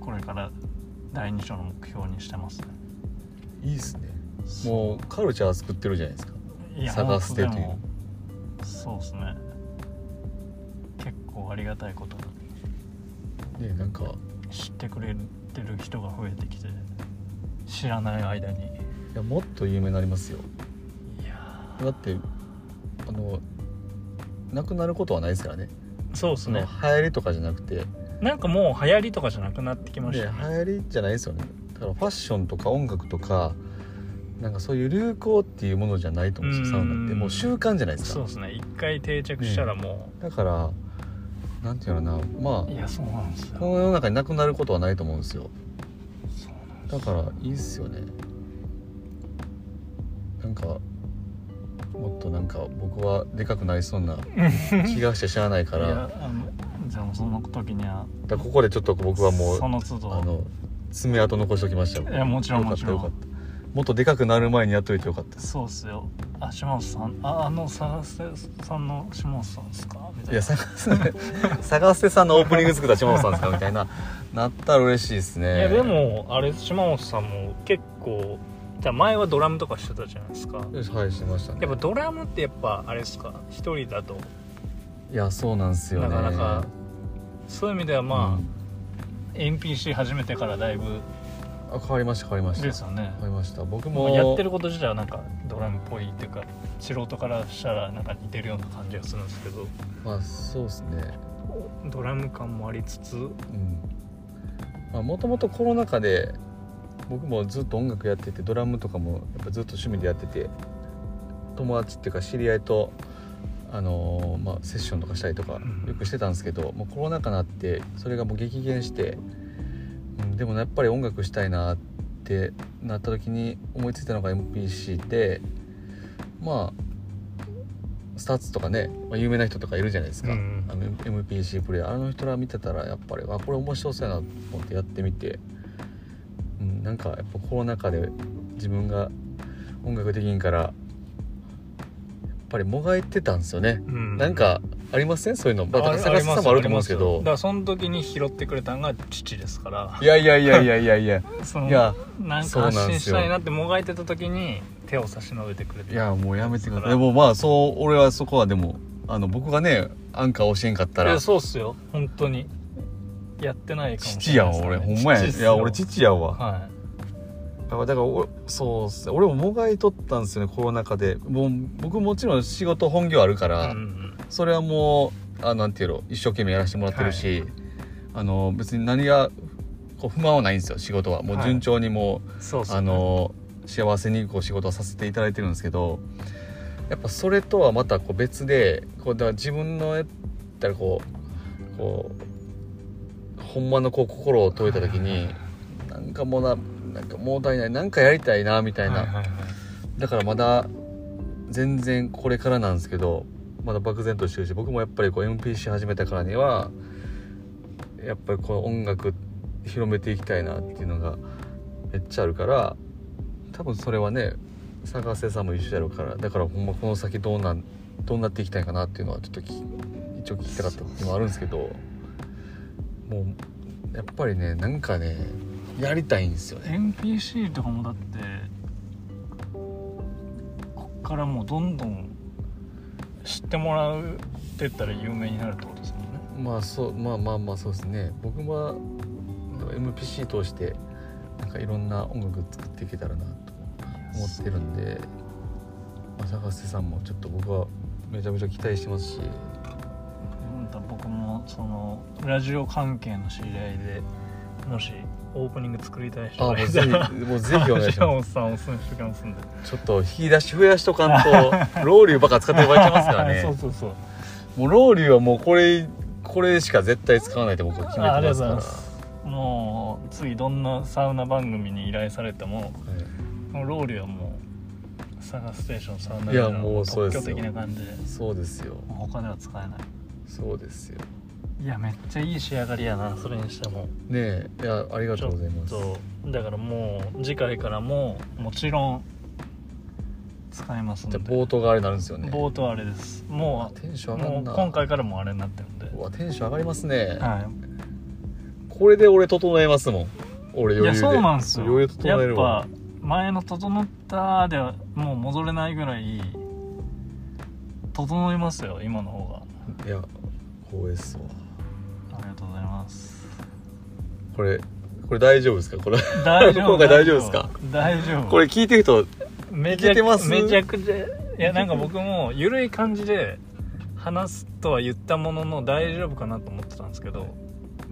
Speaker 3: これから第2章の目標にしてますね
Speaker 4: いいですねもうカルチャー作ってるじゃないですか
Speaker 3: いや
Speaker 4: 探して
Speaker 3: 本当
Speaker 4: とい
Speaker 3: で
Speaker 4: う
Speaker 3: もそうですね結構ありがたいことに
Speaker 4: ねえなんか
Speaker 3: 知ってくれてる人が増えてきて知らない間にい
Speaker 4: いやもっと有名になりますよ
Speaker 3: や
Speaker 4: だってあのなくなることはないですからね
Speaker 3: そうです
Speaker 4: その流
Speaker 3: ね
Speaker 4: 行りとかじゃなくて
Speaker 3: なんかもう流行りとかじゃなくなってきまし
Speaker 4: ね、
Speaker 3: た
Speaker 4: 流
Speaker 3: ね
Speaker 4: 行りじゃないですよねだからファッションとか音楽とかなんかそういう流行っていうものじゃないと思うんですよ
Speaker 3: う
Speaker 4: サウ
Speaker 3: ん
Speaker 4: ナってもう習慣じゃないです
Speaker 3: そう
Speaker 4: か
Speaker 3: ですね一回定着したらも
Speaker 4: だからなんていうのかなま
Speaker 3: う、いやそうなんです
Speaker 4: あ
Speaker 3: よ
Speaker 4: この世の中になくなることはないと思うんですよ
Speaker 3: そうなんです
Speaker 4: だからいいっすよねなんかもっとなんか僕はでかくなりそ うな気がしてしゃあないから
Speaker 3: い
Speaker 4: だか
Speaker 3: やあのじゃあもうその時には
Speaker 4: らここでちょっと僕はもう
Speaker 3: その都
Speaker 4: あ
Speaker 3: 度
Speaker 4: の爪痕残しておきましたよ
Speaker 3: いやもちろん
Speaker 4: よか
Speaker 3: も
Speaker 4: っ
Speaker 3: ち
Speaker 4: た
Speaker 3: ろ
Speaker 4: よかっ
Speaker 3: ん
Speaker 4: たもっとでかくなる前にやっといてよかったです
Speaker 3: そうっすよあ島本さんああの探せさんの島本さんですかみたいない
Speaker 4: や探せ探せさんのオープニング作った島本さんですかみたいな なったら嬉しいです
Speaker 3: い
Speaker 4: ね
Speaker 3: やでもあれ島本さんも結構じゃあ前はドラムとかしてたじゃないですか
Speaker 4: よしはいしましたね
Speaker 3: やっぱドラムってやっぱあれですか一人だと
Speaker 4: いやそうなんですよね
Speaker 3: なかなかそういう意味ではまあ、 NPC 始めてからだいぶ
Speaker 4: あ変わりました変わりました
Speaker 3: ですよね
Speaker 4: 変わりました僕
Speaker 3: も
Speaker 4: も
Speaker 3: うやってること自体はなんかドラムっぽいっていうか素人からしたらなんか似てるような感じがするんですけど
Speaker 4: まあそうですね
Speaker 3: ドラム感もありつつ
Speaker 4: うんもともとコロナ禍で僕もずっと音楽やっててドラムとかもやっぱずっと趣味でやってて友達っていうか知り合いと、あのーまあ、セッションとかしたりとか
Speaker 3: ん
Speaker 4: よくしてたんですけど、もうコロナ禍になってそれがもう激減して、うん、でもやっぱり音楽したいなってなった時に思いついたのが MPC でまあスタッツとかね、まあ、有名な人とかいるじゃないですか、
Speaker 3: うん
Speaker 4: あの MPC プレイヤーあの人ら見てたらやっぱりあこれ面白そうやなと思ってやってみて、うん、なんかやっぱコロナ禍で自分が音楽できんからやっぱりもがいてたんですよね、
Speaker 3: うん
Speaker 4: なんかありませんそういうの、まあ、
Speaker 3: あ
Speaker 4: 高瀬さんもあると思うんですけ
Speaker 3: あり
Speaker 4: ど
Speaker 3: ますよだからその時に拾ってくれたのが父ですから
Speaker 4: いやいやいやいやいやいや
Speaker 3: その
Speaker 4: いや
Speaker 3: なん
Speaker 4: そう
Speaker 3: か
Speaker 4: なん
Speaker 3: 発信
Speaker 4: で
Speaker 3: し
Speaker 4: すよ
Speaker 3: たいなってもがいてた時に手を差し伸べてくれて
Speaker 4: いやもうやめてくださいでもまあそう俺はそこはでもあの僕がねアンカー教えんかった
Speaker 3: い
Speaker 4: ら
Speaker 3: やそうっすよ本当にやってないかもし
Speaker 4: 父
Speaker 3: れ
Speaker 4: や
Speaker 3: ない
Speaker 4: ん
Speaker 3: ですね
Speaker 4: 俺ほんまや
Speaker 3: 父っ
Speaker 4: い
Speaker 3: す
Speaker 4: や
Speaker 3: よ
Speaker 4: 俺父やわ
Speaker 3: は
Speaker 4: だからだからおそうっすね俺ももがいとったんですよねコロナ禍でもう僕もちろん仕事本業あるか
Speaker 3: い、
Speaker 4: ら、
Speaker 3: うんうん
Speaker 4: それはもうあなんていうの一生懸命やらせてもらってるし、あの別に何がこう不満はないんですよ仕事はもう
Speaker 3: はい
Speaker 4: 順調にもう、
Speaker 3: そうっすね
Speaker 4: あの幸せにこう仕事をさせていただいてるんですけどやっぱそれとはまたこう別でこうだから自分のやったらこうこうほんまのこう心を解いた時になんかもうななんかもうたいないなんかやりたいなみたいな、
Speaker 3: はいはいはい
Speaker 4: だからまだ全然これからなんですけどまだ漠然としてるし僕もやっぱりこう MPC 始めたからにはやっぱりこの音楽広めていきたいなっていうのがめっちゃあるから多分それはね佐川瀬さんも一緒やろうからだからほんまこの先どうなんどうなっていきたいかなっていうのはちょっとき一応聞きたかったっていうのはあるんですけどもうやっぱりねなんかねやりたいんですよね。
Speaker 3: NPC とかもだってこっからもうどんどん知ってもらうって言ったら有名になるってことですもんね
Speaker 4: まあそうまあまあまあそうですね僕は MPC 通してなんかいろんな音楽作っていけたらなと思ってるんで、まあ、坂瀬さんもちょっと僕はめちゃめちゃ期待してます
Speaker 3: う
Speaker 4: し
Speaker 3: ん僕もそのラジオ関係の知り合いでもしオープニング作りたい人
Speaker 4: あも
Speaker 3: が
Speaker 4: う
Speaker 3: い
Speaker 4: ぜ
Speaker 3: たら
Speaker 4: ひもうぜひお願いし
Speaker 3: ジャ
Speaker 4: ま
Speaker 3: オさんおすすめしておきますんです
Speaker 4: ちょっと引き出し増やしとかん とロウリュばっか使ってもらっちゃいますから
Speaker 3: そう
Speaker 4: ね
Speaker 3: そうそう
Speaker 4: もうロウリュはもうこれこれしか絶対使わないと僕は決め
Speaker 3: ああ
Speaker 4: て
Speaker 3: りが
Speaker 4: ま
Speaker 3: とうござ
Speaker 4: すか
Speaker 3: い
Speaker 4: ら
Speaker 3: ますもう次どんなサウナ番組に依頼されても
Speaker 4: はい
Speaker 3: もうローリュはもうサガステーションサウナ
Speaker 4: いや
Speaker 3: の
Speaker 4: もうそう
Speaker 3: 特
Speaker 4: です
Speaker 3: 許
Speaker 4: よ
Speaker 3: 的な感じで
Speaker 4: そうですよ
Speaker 3: もう他では使えない
Speaker 4: そうですよ
Speaker 3: いやめっちゃいい仕上がりやなそれにしても
Speaker 4: ねえいやありがとうございます
Speaker 3: ちょっとだからもう次回からももちろん使いますん
Speaker 4: じ
Speaker 3: で
Speaker 4: ゃあボートがあれになるんですよね
Speaker 3: 冒頭あれですも
Speaker 4: テンショ
Speaker 3: う
Speaker 4: ン上が
Speaker 3: も
Speaker 4: る
Speaker 3: う
Speaker 4: な
Speaker 3: 今回からもうあれになってるんで
Speaker 4: うわテンション上がりますね、
Speaker 3: は
Speaker 4: これで俺整えますもん俺余
Speaker 3: い、い
Speaker 4: 裕で
Speaker 3: やそうなんですよ
Speaker 4: 余裕で整え
Speaker 3: やっ
Speaker 4: るわ
Speaker 3: ぱ前の「整った」ではもう戻れないぐらい整いますよ今の方
Speaker 4: いや光栄っすわ
Speaker 3: がありがとうございます
Speaker 4: これこれ大丈夫ですかこれ
Speaker 3: 大丈夫
Speaker 4: 今回大丈夫ですか
Speaker 3: 大丈夫
Speaker 4: これ聞いてる人
Speaker 3: めちゃ
Speaker 4: いけてます
Speaker 3: めちゃくちゃいやなんか僕も緩い感じで話すとは言ったものの大丈夫かなと思ってたんですけど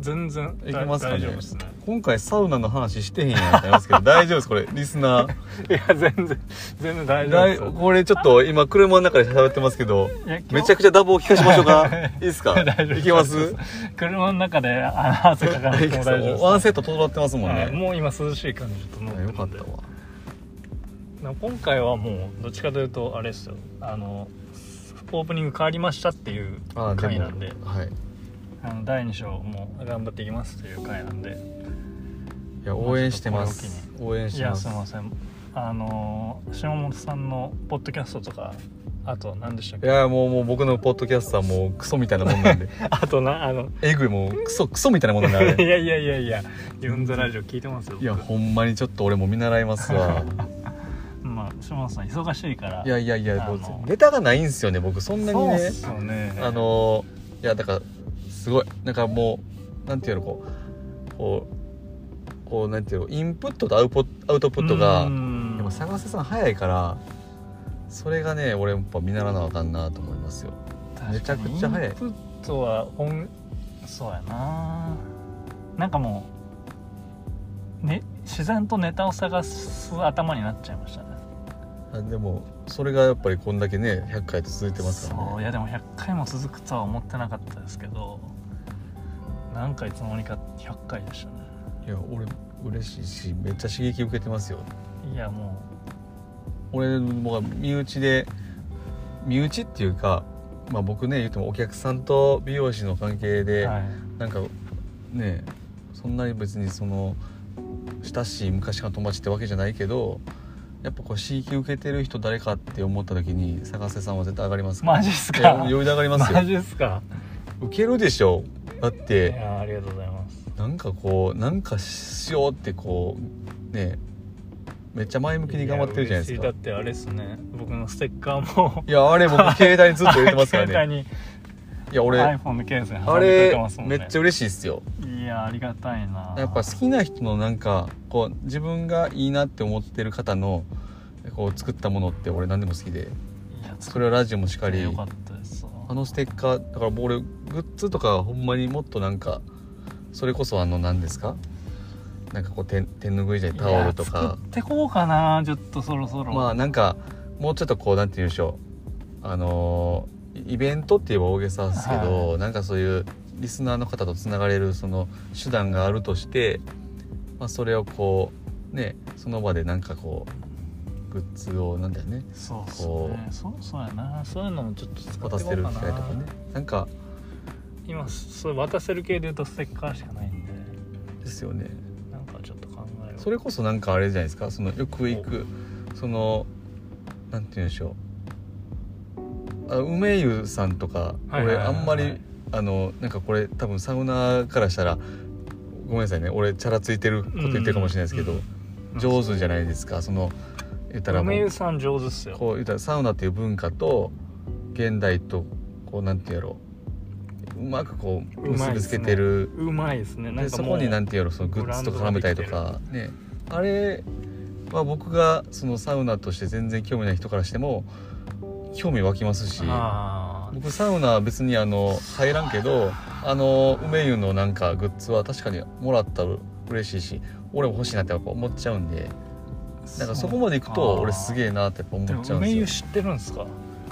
Speaker 3: 全然
Speaker 4: い
Speaker 3: だ
Speaker 4: けますかね
Speaker 3: 大丈夫ですね
Speaker 4: 今回サウナの話してへんやんってなり ますけど大丈夫ですこれリスナー
Speaker 3: いや全然全然大丈夫
Speaker 4: だ
Speaker 3: で
Speaker 4: い
Speaker 3: すよ
Speaker 4: これちょっと今車の中で喋ってますけど
Speaker 3: いや今日
Speaker 4: めちゃくちゃダボを聞かしましょうか いいですか
Speaker 3: 大丈夫です
Speaker 4: いけます
Speaker 3: 車の中であの汗かかなくても大丈夫です
Speaker 4: ワンセット整ってますもん
Speaker 3: はい
Speaker 4: ね
Speaker 3: もう今涼しい感じと思って
Speaker 4: あ
Speaker 3: るん
Speaker 4: よ
Speaker 3: で
Speaker 4: かったわ
Speaker 3: な今回はもうどっちかというとあれですよあのオープニング変わりましたっていう
Speaker 4: あでも
Speaker 3: 回なんで
Speaker 4: はい
Speaker 3: あの第2章も頑張っていきますという回なんで
Speaker 4: いや応援してます応援
Speaker 3: い
Speaker 4: して
Speaker 3: や
Speaker 4: ますす
Speaker 3: いませんあのー島本さんのポッドキャストとかあと何でしたっ
Speaker 4: い
Speaker 3: け
Speaker 4: やもうもう僕のポッドキャストはもうクソみたいなもん なんで
Speaker 3: あとなあの
Speaker 4: えぐいもうクソクソみたいなもんなんであ
Speaker 3: い
Speaker 4: れ
Speaker 3: やいやいやいやユンザラジオ聞いてますよ
Speaker 4: いや
Speaker 3: 僕
Speaker 4: ほんまにちょっと俺も見習いますわ
Speaker 3: まあ島本さん忙しいから
Speaker 4: いやいやいや
Speaker 3: あの
Speaker 4: もうネタがないんですよね僕そんなに
Speaker 3: そうっ
Speaker 4: ね
Speaker 3: すよね
Speaker 4: あのいやだからすごいなんかもうなんていうのこうこうこうなんていうのインプットとアウポアウトプットが
Speaker 3: うー
Speaker 4: やっぱ
Speaker 3: ん
Speaker 4: 探せさん早いからそれがね俺やっぱ見習わなあかんなと思いますよめちゃくちゃ早い
Speaker 3: インプットは本そうやななんかもう、ね、自然とネタを探す頭になっちゃいましたね
Speaker 4: あでもそれがやっぱりこんだけね100回と続いてますから
Speaker 3: そうい
Speaker 4: ね
Speaker 3: やでも100回も続くとは思ってなかったですけどなんかいつの間にか100回でしたね
Speaker 4: いや俺嬉しいしめっちゃ刺激受けてますよ
Speaker 3: いやも
Speaker 4: 俺も身内で身内っていうか、まあ、僕ね言ってもお客さんと美容師の関係
Speaker 3: う、
Speaker 4: で、
Speaker 3: はい、
Speaker 4: なんかねそんなに別にその親しい昔からの友達ってわけじゃないけどやっぱこう刺激受けてる人誰かって思った時に坂瀬さんは絶対上がりますから
Speaker 3: マジっすか
Speaker 4: いや余裕で上がります よ
Speaker 3: マジですか
Speaker 4: 受けるでしょだ
Speaker 3: い
Speaker 4: って
Speaker 3: やありがとうございます
Speaker 4: なんかこうなんかしようってこうねめっちゃ前向きに頑張ってるじゃないですか
Speaker 3: や嬉しだってあれですね僕のステッカーも
Speaker 4: いやあれ僕携帯にずっと入れてますか らね
Speaker 3: 携帯に
Speaker 4: いや俺
Speaker 3: iPhone のケースに
Speaker 4: あ
Speaker 3: 挟んでくれ
Speaker 4: れ
Speaker 3: てますもん
Speaker 4: め
Speaker 3: ね
Speaker 4: っちゃ嬉しいっすよ
Speaker 3: いやありがたいな
Speaker 4: やっぱ好きな人のなんかこう自分がいいなって思ってる方のこう作ったものって俺何でも好きで
Speaker 3: いや
Speaker 4: それはラジオもしかり
Speaker 3: よかったですわ
Speaker 4: あのステッカーだからもう俺グッズとかほんまにもっとなんかそれこそあの何ですかなんかこう手手拭いじゃないタオルと
Speaker 3: いや
Speaker 4: か
Speaker 3: 作ってこうかなちょっとそろそろ
Speaker 4: まあなんかもうちょっとこうなんて言うんでしょうあのーイベントって言えば大げさですけど、なんかそういうリスナーの方とつながれるその手段があるとして、まあ、それをこうねその場でなんかこうグッズをなんだよね
Speaker 3: そうそう、ね、そうそうやなそういうのもちょっと使って
Speaker 4: 渡せ
Speaker 3: こう
Speaker 4: る
Speaker 3: か
Speaker 4: 機会とか
Speaker 3: な
Speaker 4: ねなんか
Speaker 3: 今そう渡せる系で言うとステッカーしかないんで
Speaker 4: ですよね
Speaker 3: なんかちょっと考えよう
Speaker 4: それこそなんかあれじゃないですかそのよく行くそのなんて言うんでしょうあ梅湯さんとか
Speaker 3: はいはい
Speaker 4: 俺
Speaker 3: はい
Speaker 4: あ
Speaker 3: はい
Speaker 4: んまりあのなんかこれ多分サウナーからしたらごめんなさいね俺チャラついてること言ってるかもしれないですけど、
Speaker 3: うんうん
Speaker 4: 上手じゃないですかその言ったらも
Speaker 3: 梅
Speaker 4: う
Speaker 3: 湯さん上手っすよ
Speaker 4: こう言ったらサウナっていう文化と現代とこうなんて言うやろううまくこう
Speaker 3: うまい
Speaker 4: 結
Speaker 3: っすね
Speaker 4: びつけてる
Speaker 3: うまいですねなん
Speaker 4: で
Speaker 3: か
Speaker 4: そ
Speaker 3: も
Speaker 4: こ
Speaker 3: う
Speaker 4: になんていうのそのグッズとか絡めたりとかねあれは僕がそのサウナとして全然興味ない人からしても興味湧きますし
Speaker 3: あー
Speaker 4: 僕サウナは別にあの入らんけどあの梅湯のなんかグッズは確かにもらったら嬉しいし俺も欲しいなってやっぱ思っちゃうんでなんかそこまでいくと俺すげえなってやっぱ思
Speaker 3: で
Speaker 4: っ
Speaker 3: も
Speaker 4: ちゃうん
Speaker 3: 梅湯
Speaker 4: ですよ
Speaker 3: 知ってるんですか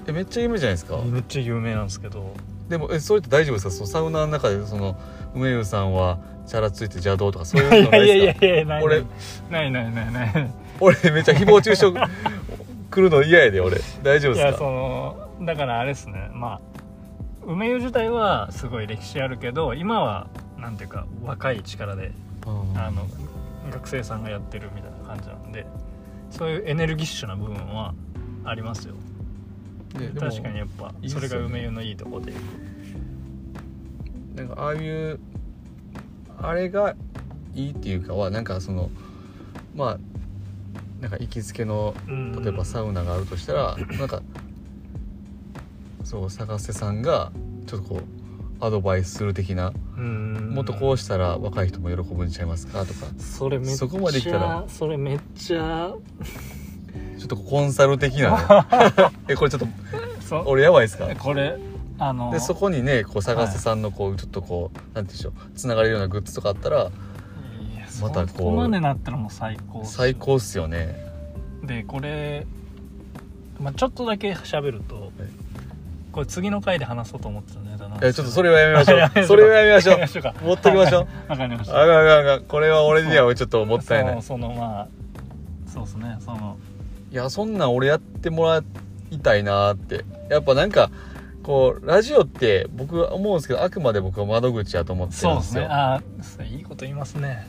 Speaker 4: えめっちゃ夢じゃないですか
Speaker 3: めっちゃ有名なんですけど
Speaker 4: でもえそれって大丈夫ですかそのサウナの中でその梅湯さんはチャラついて邪道とか そういう
Speaker 3: いや
Speaker 4: のない
Speaker 3: いや
Speaker 4: です
Speaker 3: い
Speaker 4: か
Speaker 3: やいやない
Speaker 4: 俺
Speaker 3: ないないないない
Speaker 4: 俺めっちゃ誹謗中傷来るの嫌やで俺大丈夫
Speaker 3: い
Speaker 4: で
Speaker 3: や
Speaker 4: す
Speaker 3: そ
Speaker 4: か
Speaker 3: のだからあれですねまあ梅湯自体はすごい歴史あるけど今はなんていうか若い力で
Speaker 4: うん
Speaker 3: あの学生さんがやってるみたいな感じなんでそういうエネルギッシュな部分はありますよ
Speaker 4: ねでも
Speaker 3: 確かにやっぱ
Speaker 4: いいっ
Speaker 3: そ
Speaker 4: すよね
Speaker 3: れが梅湯のいいとこで
Speaker 4: なんかああいうあれがいいっていうかはなんかそのまあなんか行きつけの
Speaker 3: うん
Speaker 4: 例えばサウナがあるとしたら、なんかそう坂瀬さんがちょっとこうアドバイスする的な、
Speaker 3: うん
Speaker 4: もっとこうしたら若い人も喜ぶんちゃいますかとか
Speaker 3: それめっちゃ
Speaker 4: そこまで来たら
Speaker 3: それめっちゃ
Speaker 4: ちょっとこうコンサル的な、 ね、えこれちょっと
Speaker 3: そ
Speaker 4: 俺やばいですか
Speaker 3: これあの
Speaker 4: でそこにねこう探せさんのこうちょっとこうなんて言うんでしょうつながれるようなグッズとかあったら
Speaker 3: いや
Speaker 4: またこう
Speaker 3: そこまでなったらもう最高っすよ
Speaker 4: 最高っすよね
Speaker 3: でこれ、まあ、ちょっとだけ喋るとこれ次の回で話そうと思ってたネタなん
Speaker 4: いや
Speaker 3: です
Speaker 4: ち
Speaker 3: け
Speaker 4: ょ
Speaker 3: ど
Speaker 4: っとそれはやめまし
Speaker 3: や
Speaker 4: ょうそれはやめましょ
Speaker 3: やめましょうか
Speaker 4: う持ってきましょう
Speaker 3: わかりまし
Speaker 4: あ
Speaker 3: た
Speaker 4: があがあがこれは俺にはちょっともったいない
Speaker 3: そうそのまあそうですねその
Speaker 4: いやそんなん俺やってもらいたいなーってやっぱなんかこうラジオって僕は思うんですけどあくまで僕は窓口やと思って
Speaker 3: そう
Speaker 4: るん
Speaker 3: で
Speaker 4: ですす
Speaker 3: ね
Speaker 4: よ
Speaker 3: ああいいこと言いますね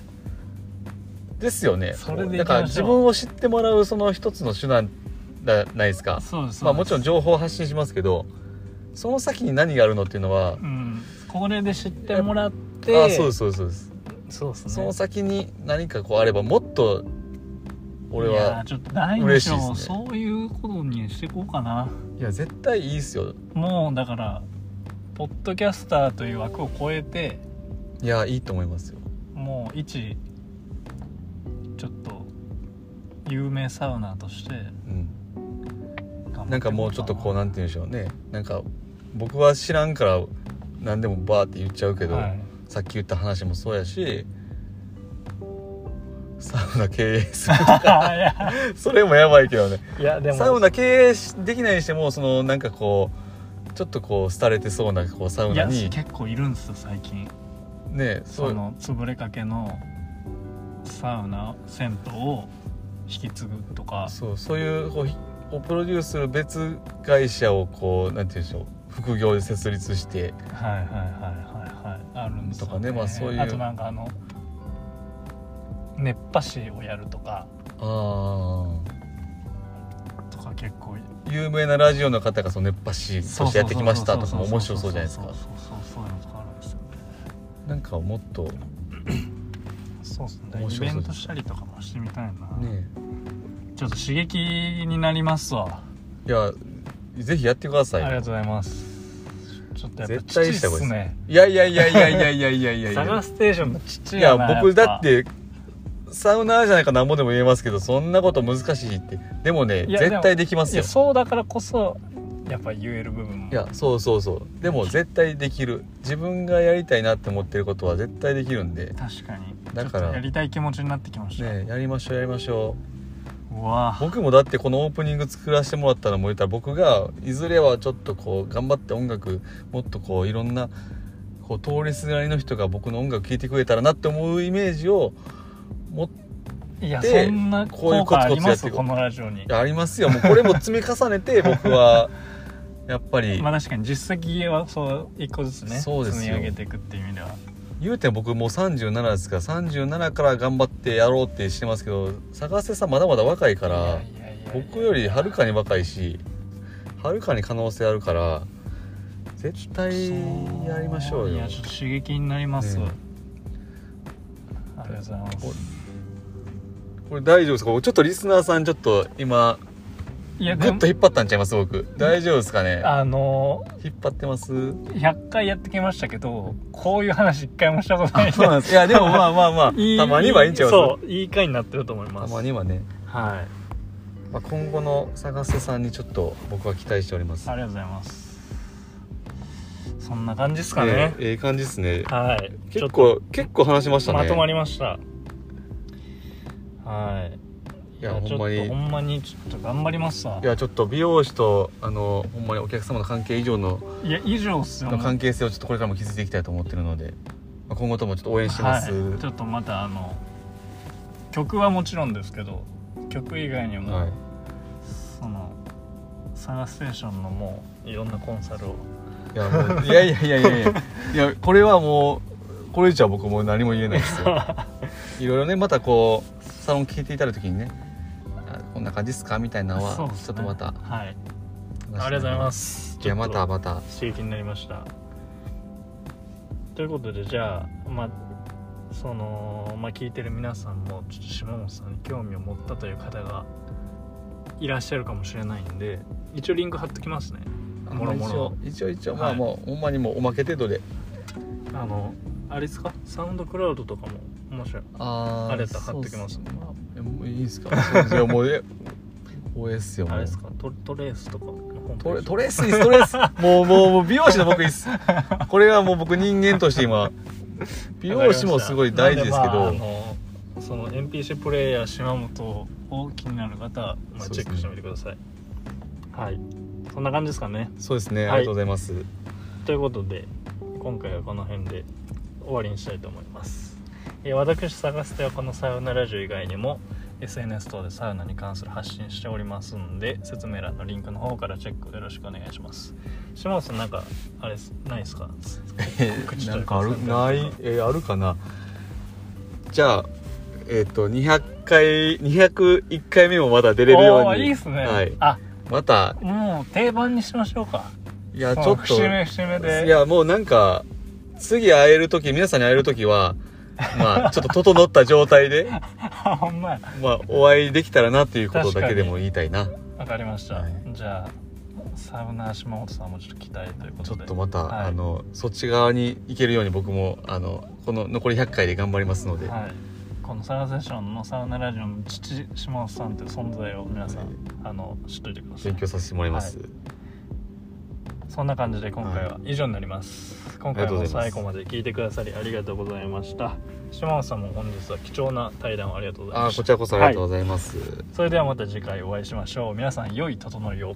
Speaker 4: ですよね
Speaker 3: それでいきましょう
Speaker 4: だから自分を知ってもらうその一つの手段じゃないですか
Speaker 3: そうです
Speaker 4: まあ、もちろ
Speaker 3: そ
Speaker 4: ん
Speaker 3: う
Speaker 4: 情報を発信しますけどその先に何があるのっていうのは
Speaker 3: です、うんこれで知ってもらって
Speaker 4: あそうですそうですそうです、
Speaker 3: そうですね
Speaker 4: その先に何かこうあればもっと俺
Speaker 3: いや
Speaker 4: は
Speaker 3: ちょっと大
Speaker 4: 嬉
Speaker 3: で
Speaker 4: し
Speaker 3: し
Speaker 4: いです
Speaker 3: ょ
Speaker 4: ね
Speaker 3: うそういうことにしていこうかない
Speaker 4: や絶対いいっすよ
Speaker 3: もうだからポッドキャスターという枠を超えて
Speaker 4: いやいいと思いますよ
Speaker 3: もう一ちょっと有名サウナーとして頑張っていこう
Speaker 4: うん
Speaker 3: か
Speaker 4: なんかもうちょっとこうなんて言うんでしょうねなんか僕は知らんから何でもバーって言っちゃうけど、
Speaker 3: はい
Speaker 4: さっき言った話もそうやしサウナ経営 するとか
Speaker 3: いや
Speaker 4: それもやばいけどね
Speaker 3: いやでも
Speaker 4: サウナ経営しできないにしてもそのなんかこうちょっとこう廃れてそうなこうサウ
Speaker 3: い
Speaker 4: ナ
Speaker 3: や
Speaker 4: に
Speaker 3: 結構いるんですよ最近
Speaker 4: ねそ
Speaker 3: そうの潰れかけのサウナ銭湯を引き継ぐとか
Speaker 4: そうそういうこうひをプロデュースする別会社をこうなんて言うんでしょう副業で設立して
Speaker 3: はいはいはいはいはいあるんですよ、ね、
Speaker 4: とかねまあそういう
Speaker 3: あとなんかあの熱波師をやるとか
Speaker 4: ああ
Speaker 3: とか結構
Speaker 4: 有名なラジオの方がその熱波師としてやってきましたとかも面白そうじゃないですか
Speaker 3: そうそうそうそういうのとかあるんですよ
Speaker 4: なんかもっとね
Speaker 3: そうっすね
Speaker 4: 面
Speaker 3: イ
Speaker 4: 白そう
Speaker 3: ベ
Speaker 4: です
Speaker 3: ントしたりとかもしてみたいな、
Speaker 4: え
Speaker 3: ちょっと刺激になりますわ、
Speaker 4: いやぜひやってくださ
Speaker 3: あり
Speaker 4: い
Speaker 3: がとうございますちょっとやっぱ
Speaker 4: 絶対
Speaker 3: 父っ
Speaker 4: した方がいい
Speaker 3: す
Speaker 4: です
Speaker 3: ね
Speaker 4: いやいやいやいやいやいやいやいやい
Speaker 3: サガ
Speaker 4: や
Speaker 3: ステーションの父
Speaker 4: い
Speaker 3: や
Speaker 4: や
Speaker 3: な
Speaker 4: 僕
Speaker 3: やぱ
Speaker 4: だってサウナーじゃないかなんぼでも言えますけどそんなこと難しいってでもね
Speaker 3: いや
Speaker 4: 絶対できます
Speaker 3: い
Speaker 4: よ
Speaker 3: やそうだからこそやっぱ言える部分も
Speaker 4: いやそうそうそうでも絶対できる自分がやりたいなって思ってることは絶対できるんで
Speaker 3: 確かに
Speaker 4: だから
Speaker 3: ちょっとやりたい気持ちになってきました、
Speaker 4: ねやりましょうやりましょう
Speaker 3: うわ
Speaker 4: 僕もだってこのオープニング作らせてもらったのも言ったら僕がいずれはちょっとこう頑張って音楽もっとこういろんなこう通りすがりの人が僕の音楽聴いてくれたらなって思うイメージをもっ
Speaker 3: いや
Speaker 4: で
Speaker 3: そんな
Speaker 4: こういう
Speaker 3: 効
Speaker 4: コ
Speaker 3: 果
Speaker 4: ツコツ
Speaker 3: ありま
Speaker 4: やって
Speaker 3: す
Speaker 4: いこ
Speaker 3: こ
Speaker 4: う
Speaker 3: のラジオに
Speaker 4: いやありますよもうこれも積み重ねて僕はやっ ぱり
Speaker 3: まあ確かに実績はそう一個ずつね
Speaker 4: そうですよ
Speaker 3: 積み上げていくっていう意味では
Speaker 4: 言うて僕もう37ですから37から頑張ってやろうってしてますけど坂瀬さんまだまだ若いから
Speaker 3: いやいやいやいや
Speaker 4: 僕よりはるかに若いしはるかに可能性あるから絶対やりましょう
Speaker 3: い
Speaker 4: よ
Speaker 3: やちょっと刺激になります、
Speaker 4: ね
Speaker 3: ありがとうございます
Speaker 4: これ大丈夫ですかちょっとリスナーさんちょっと今
Speaker 3: い
Speaker 4: グ
Speaker 3: やで
Speaker 4: ッ
Speaker 3: も
Speaker 4: と引っ張ったんちゃいます僕大丈夫ですかね
Speaker 3: あの
Speaker 4: 引っ張ってます
Speaker 3: 100回やってきましたけどこういう話一回もしたことないんで
Speaker 4: そうなんですいやでもまあまあまあ
Speaker 3: いい
Speaker 4: たまにはいいんちゃいま
Speaker 3: そういい回になってると思い
Speaker 4: す
Speaker 3: ま
Speaker 4: た
Speaker 3: す
Speaker 4: まにはね、
Speaker 3: はい
Speaker 4: まあ、今後の探せさんにちょっと僕は期待しております
Speaker 3: ありがとうございますそんな感じですかね、
Speaker 4: ええええ感じですね
Speaker 3: はい
Speaker 4: 結構結構話しまし
Speaker 3: ちょ
Speaker 4: た
Speaker 3: っと
Speaker 4: ね
Speaker 3: まとまりましたはい
Speaker 4: いや
Speaker 3: ちょっ
Speaker 4: ほん
Speaker 3: と
Speaker 4: まに
Speaker 3: ほんまにちょっと頑張りますわ
Speaker 4: いやちょっと美容師とあのほんまにお客様の関係以上の
Speaker 3: いや以上っすよ
Speaker 4: の関係性をちょっとこれからも築いていきたいと思ってるので、まあ、今後ともちょっと応援してます、
Speaker 3: はい、ちょっとまたあの曲はもちろんですけど曲以外にも、
Speaker 4: はい
Speaker 3: そのサガステーションのもういろんなコンサルを
Speaker 4: いやもういやいやいやいやいやい やこれはもうこれ以上は僕もう何も言えないで すよいろいろねまたこうサロン聞いていただいた時にねあこんな感じですかみたいなのは、
Speaker 3: そうっすね
Speaker 4: ちょっとまた
Speaker 3: はいありがとうございます
Speaker 4: いやま
Speaker 3: ちょ
Speaker 4: た
Speaker 3: っと
Speaker 4: また
Speaker 3: 刺激になりましたということでじゃあまあその、まあ、聞いてる皆さんもちょっと島本さんに興味を持ったという方がいらっしゃるかもしれないんで一応リンク貼っときますねもろもろ
Speaker 4: 一応一応一応、ま
Speaker 3: は
Speaker 4: あ
Speaker 3: い
Speaker 4: もうほんまにもうおまけ程度で
Speaker 3: あのあれですかサウンドクラウドとかも面白い
Speaker 4: あー
Speaker 3: あれやったら貼っときます
Speaker 4: そうっねまあえもういいで すかそういやもうえ応援っすよも
Speaker 3: あ
Speaker 4: う
Speaker 3: れですかトトレースとかのホームペ
Speaker 4: ト
Speaker 3: ー
Speaker 4: レ
Speaker 3: ジ
Speaker 4: トレースいいっす トレースもうもうもう美容師の僕いいっすこれはもう僕人間として今美容師もすごい大事ですけ
Speaker 3: な
Speaker 4: ど、
Speaker 3: んまああのその NPC プレイヤー島本を気になる方は、ま
Speaker 4: そ
Speaker 3: あ、
Speaker 4: うですね
Speaker 3: チェックしてみてください、はいそんな感じですかね
Speaker 4: そうですね、
Speaker 3: はい
Speaker 4: ありがとうございます
Speaker 3: ということで今回はこの辺で終わりにしたいと思います、えー私探すてはこのサウナラジオ以外にも SNS 等でサウナに関する発信しておりますので説明欄のリンクの方からチェックよろしくお願いします島本さんなんかあれっすないですか口
Speaker 4: なん
Speaker 3: と
Speaker 4: かあ
Speaker 3: か
Speaker 4: るないえーあるかなじゃあえっ、と200回201回目もまだ出れるよ
Speaker 3: お
Speaker 4: う
Speaker 3: ー
Speaker 4: に
Speaker 3: いいっすね、
Speaker 4: はい、
Speaker 3: あ
Speaker 4: また
Speaker 3: もう定番にしましょうか
Speaker 4: いやち
Speaker 3: そ
Speaker 4: ょ
Speaker 3: の
Speaker 4: っと
Speaker 3: 節目節目で
Speaker 4: いやもうなんか次会える時皆さんに会える 時はまあちょっと整った状態で
Speaker 3: ほんまや
Speaker 4: まあお会いできたらなっていうことだけでも言いたいな
Speaker 3: わかりました、
Speaker 4: はい
Speaker 3: じゃあサウナー島本さんもちょっと期待というこ
Speaker 4: ち
Speaker 3: と
Speaker 4: ょっ
Speaker 3: で
Speaker 4: とまた、
Speaker 3: はい
Speaker 4: あのそっち側に行けるように僕もあのこの残り100回で頑張りますので、
Speaker 3: はい、このサウナセッションのサウナラジオの父島本さんという存在を皆さん、
Speaker 4: はい
Speaker 3: あの知っといてください
Speaker 4: 勉強させてもらいます、
Speaker 3: はそんな感じで今回は以上になります、今
Speaker 4: ありが
Speaker 3: 回
Speaker 4: とうご
Speaker 3: も
Speaker 4: ざいま
Speaker 3: 最
Speaker 4: す
Speaker 3: 後まで聞いてくださりありがとうございました島本さんも本日は貴重な対談をありがとうござい
Speaker 4: あ
Speaker 3: ま
Speaker 4: ー
Speaker 3: した
Speaker 4: こちらこそありがとうございます、
Speaker 3: それではまた次回お会いしましょう皆さん良い整いを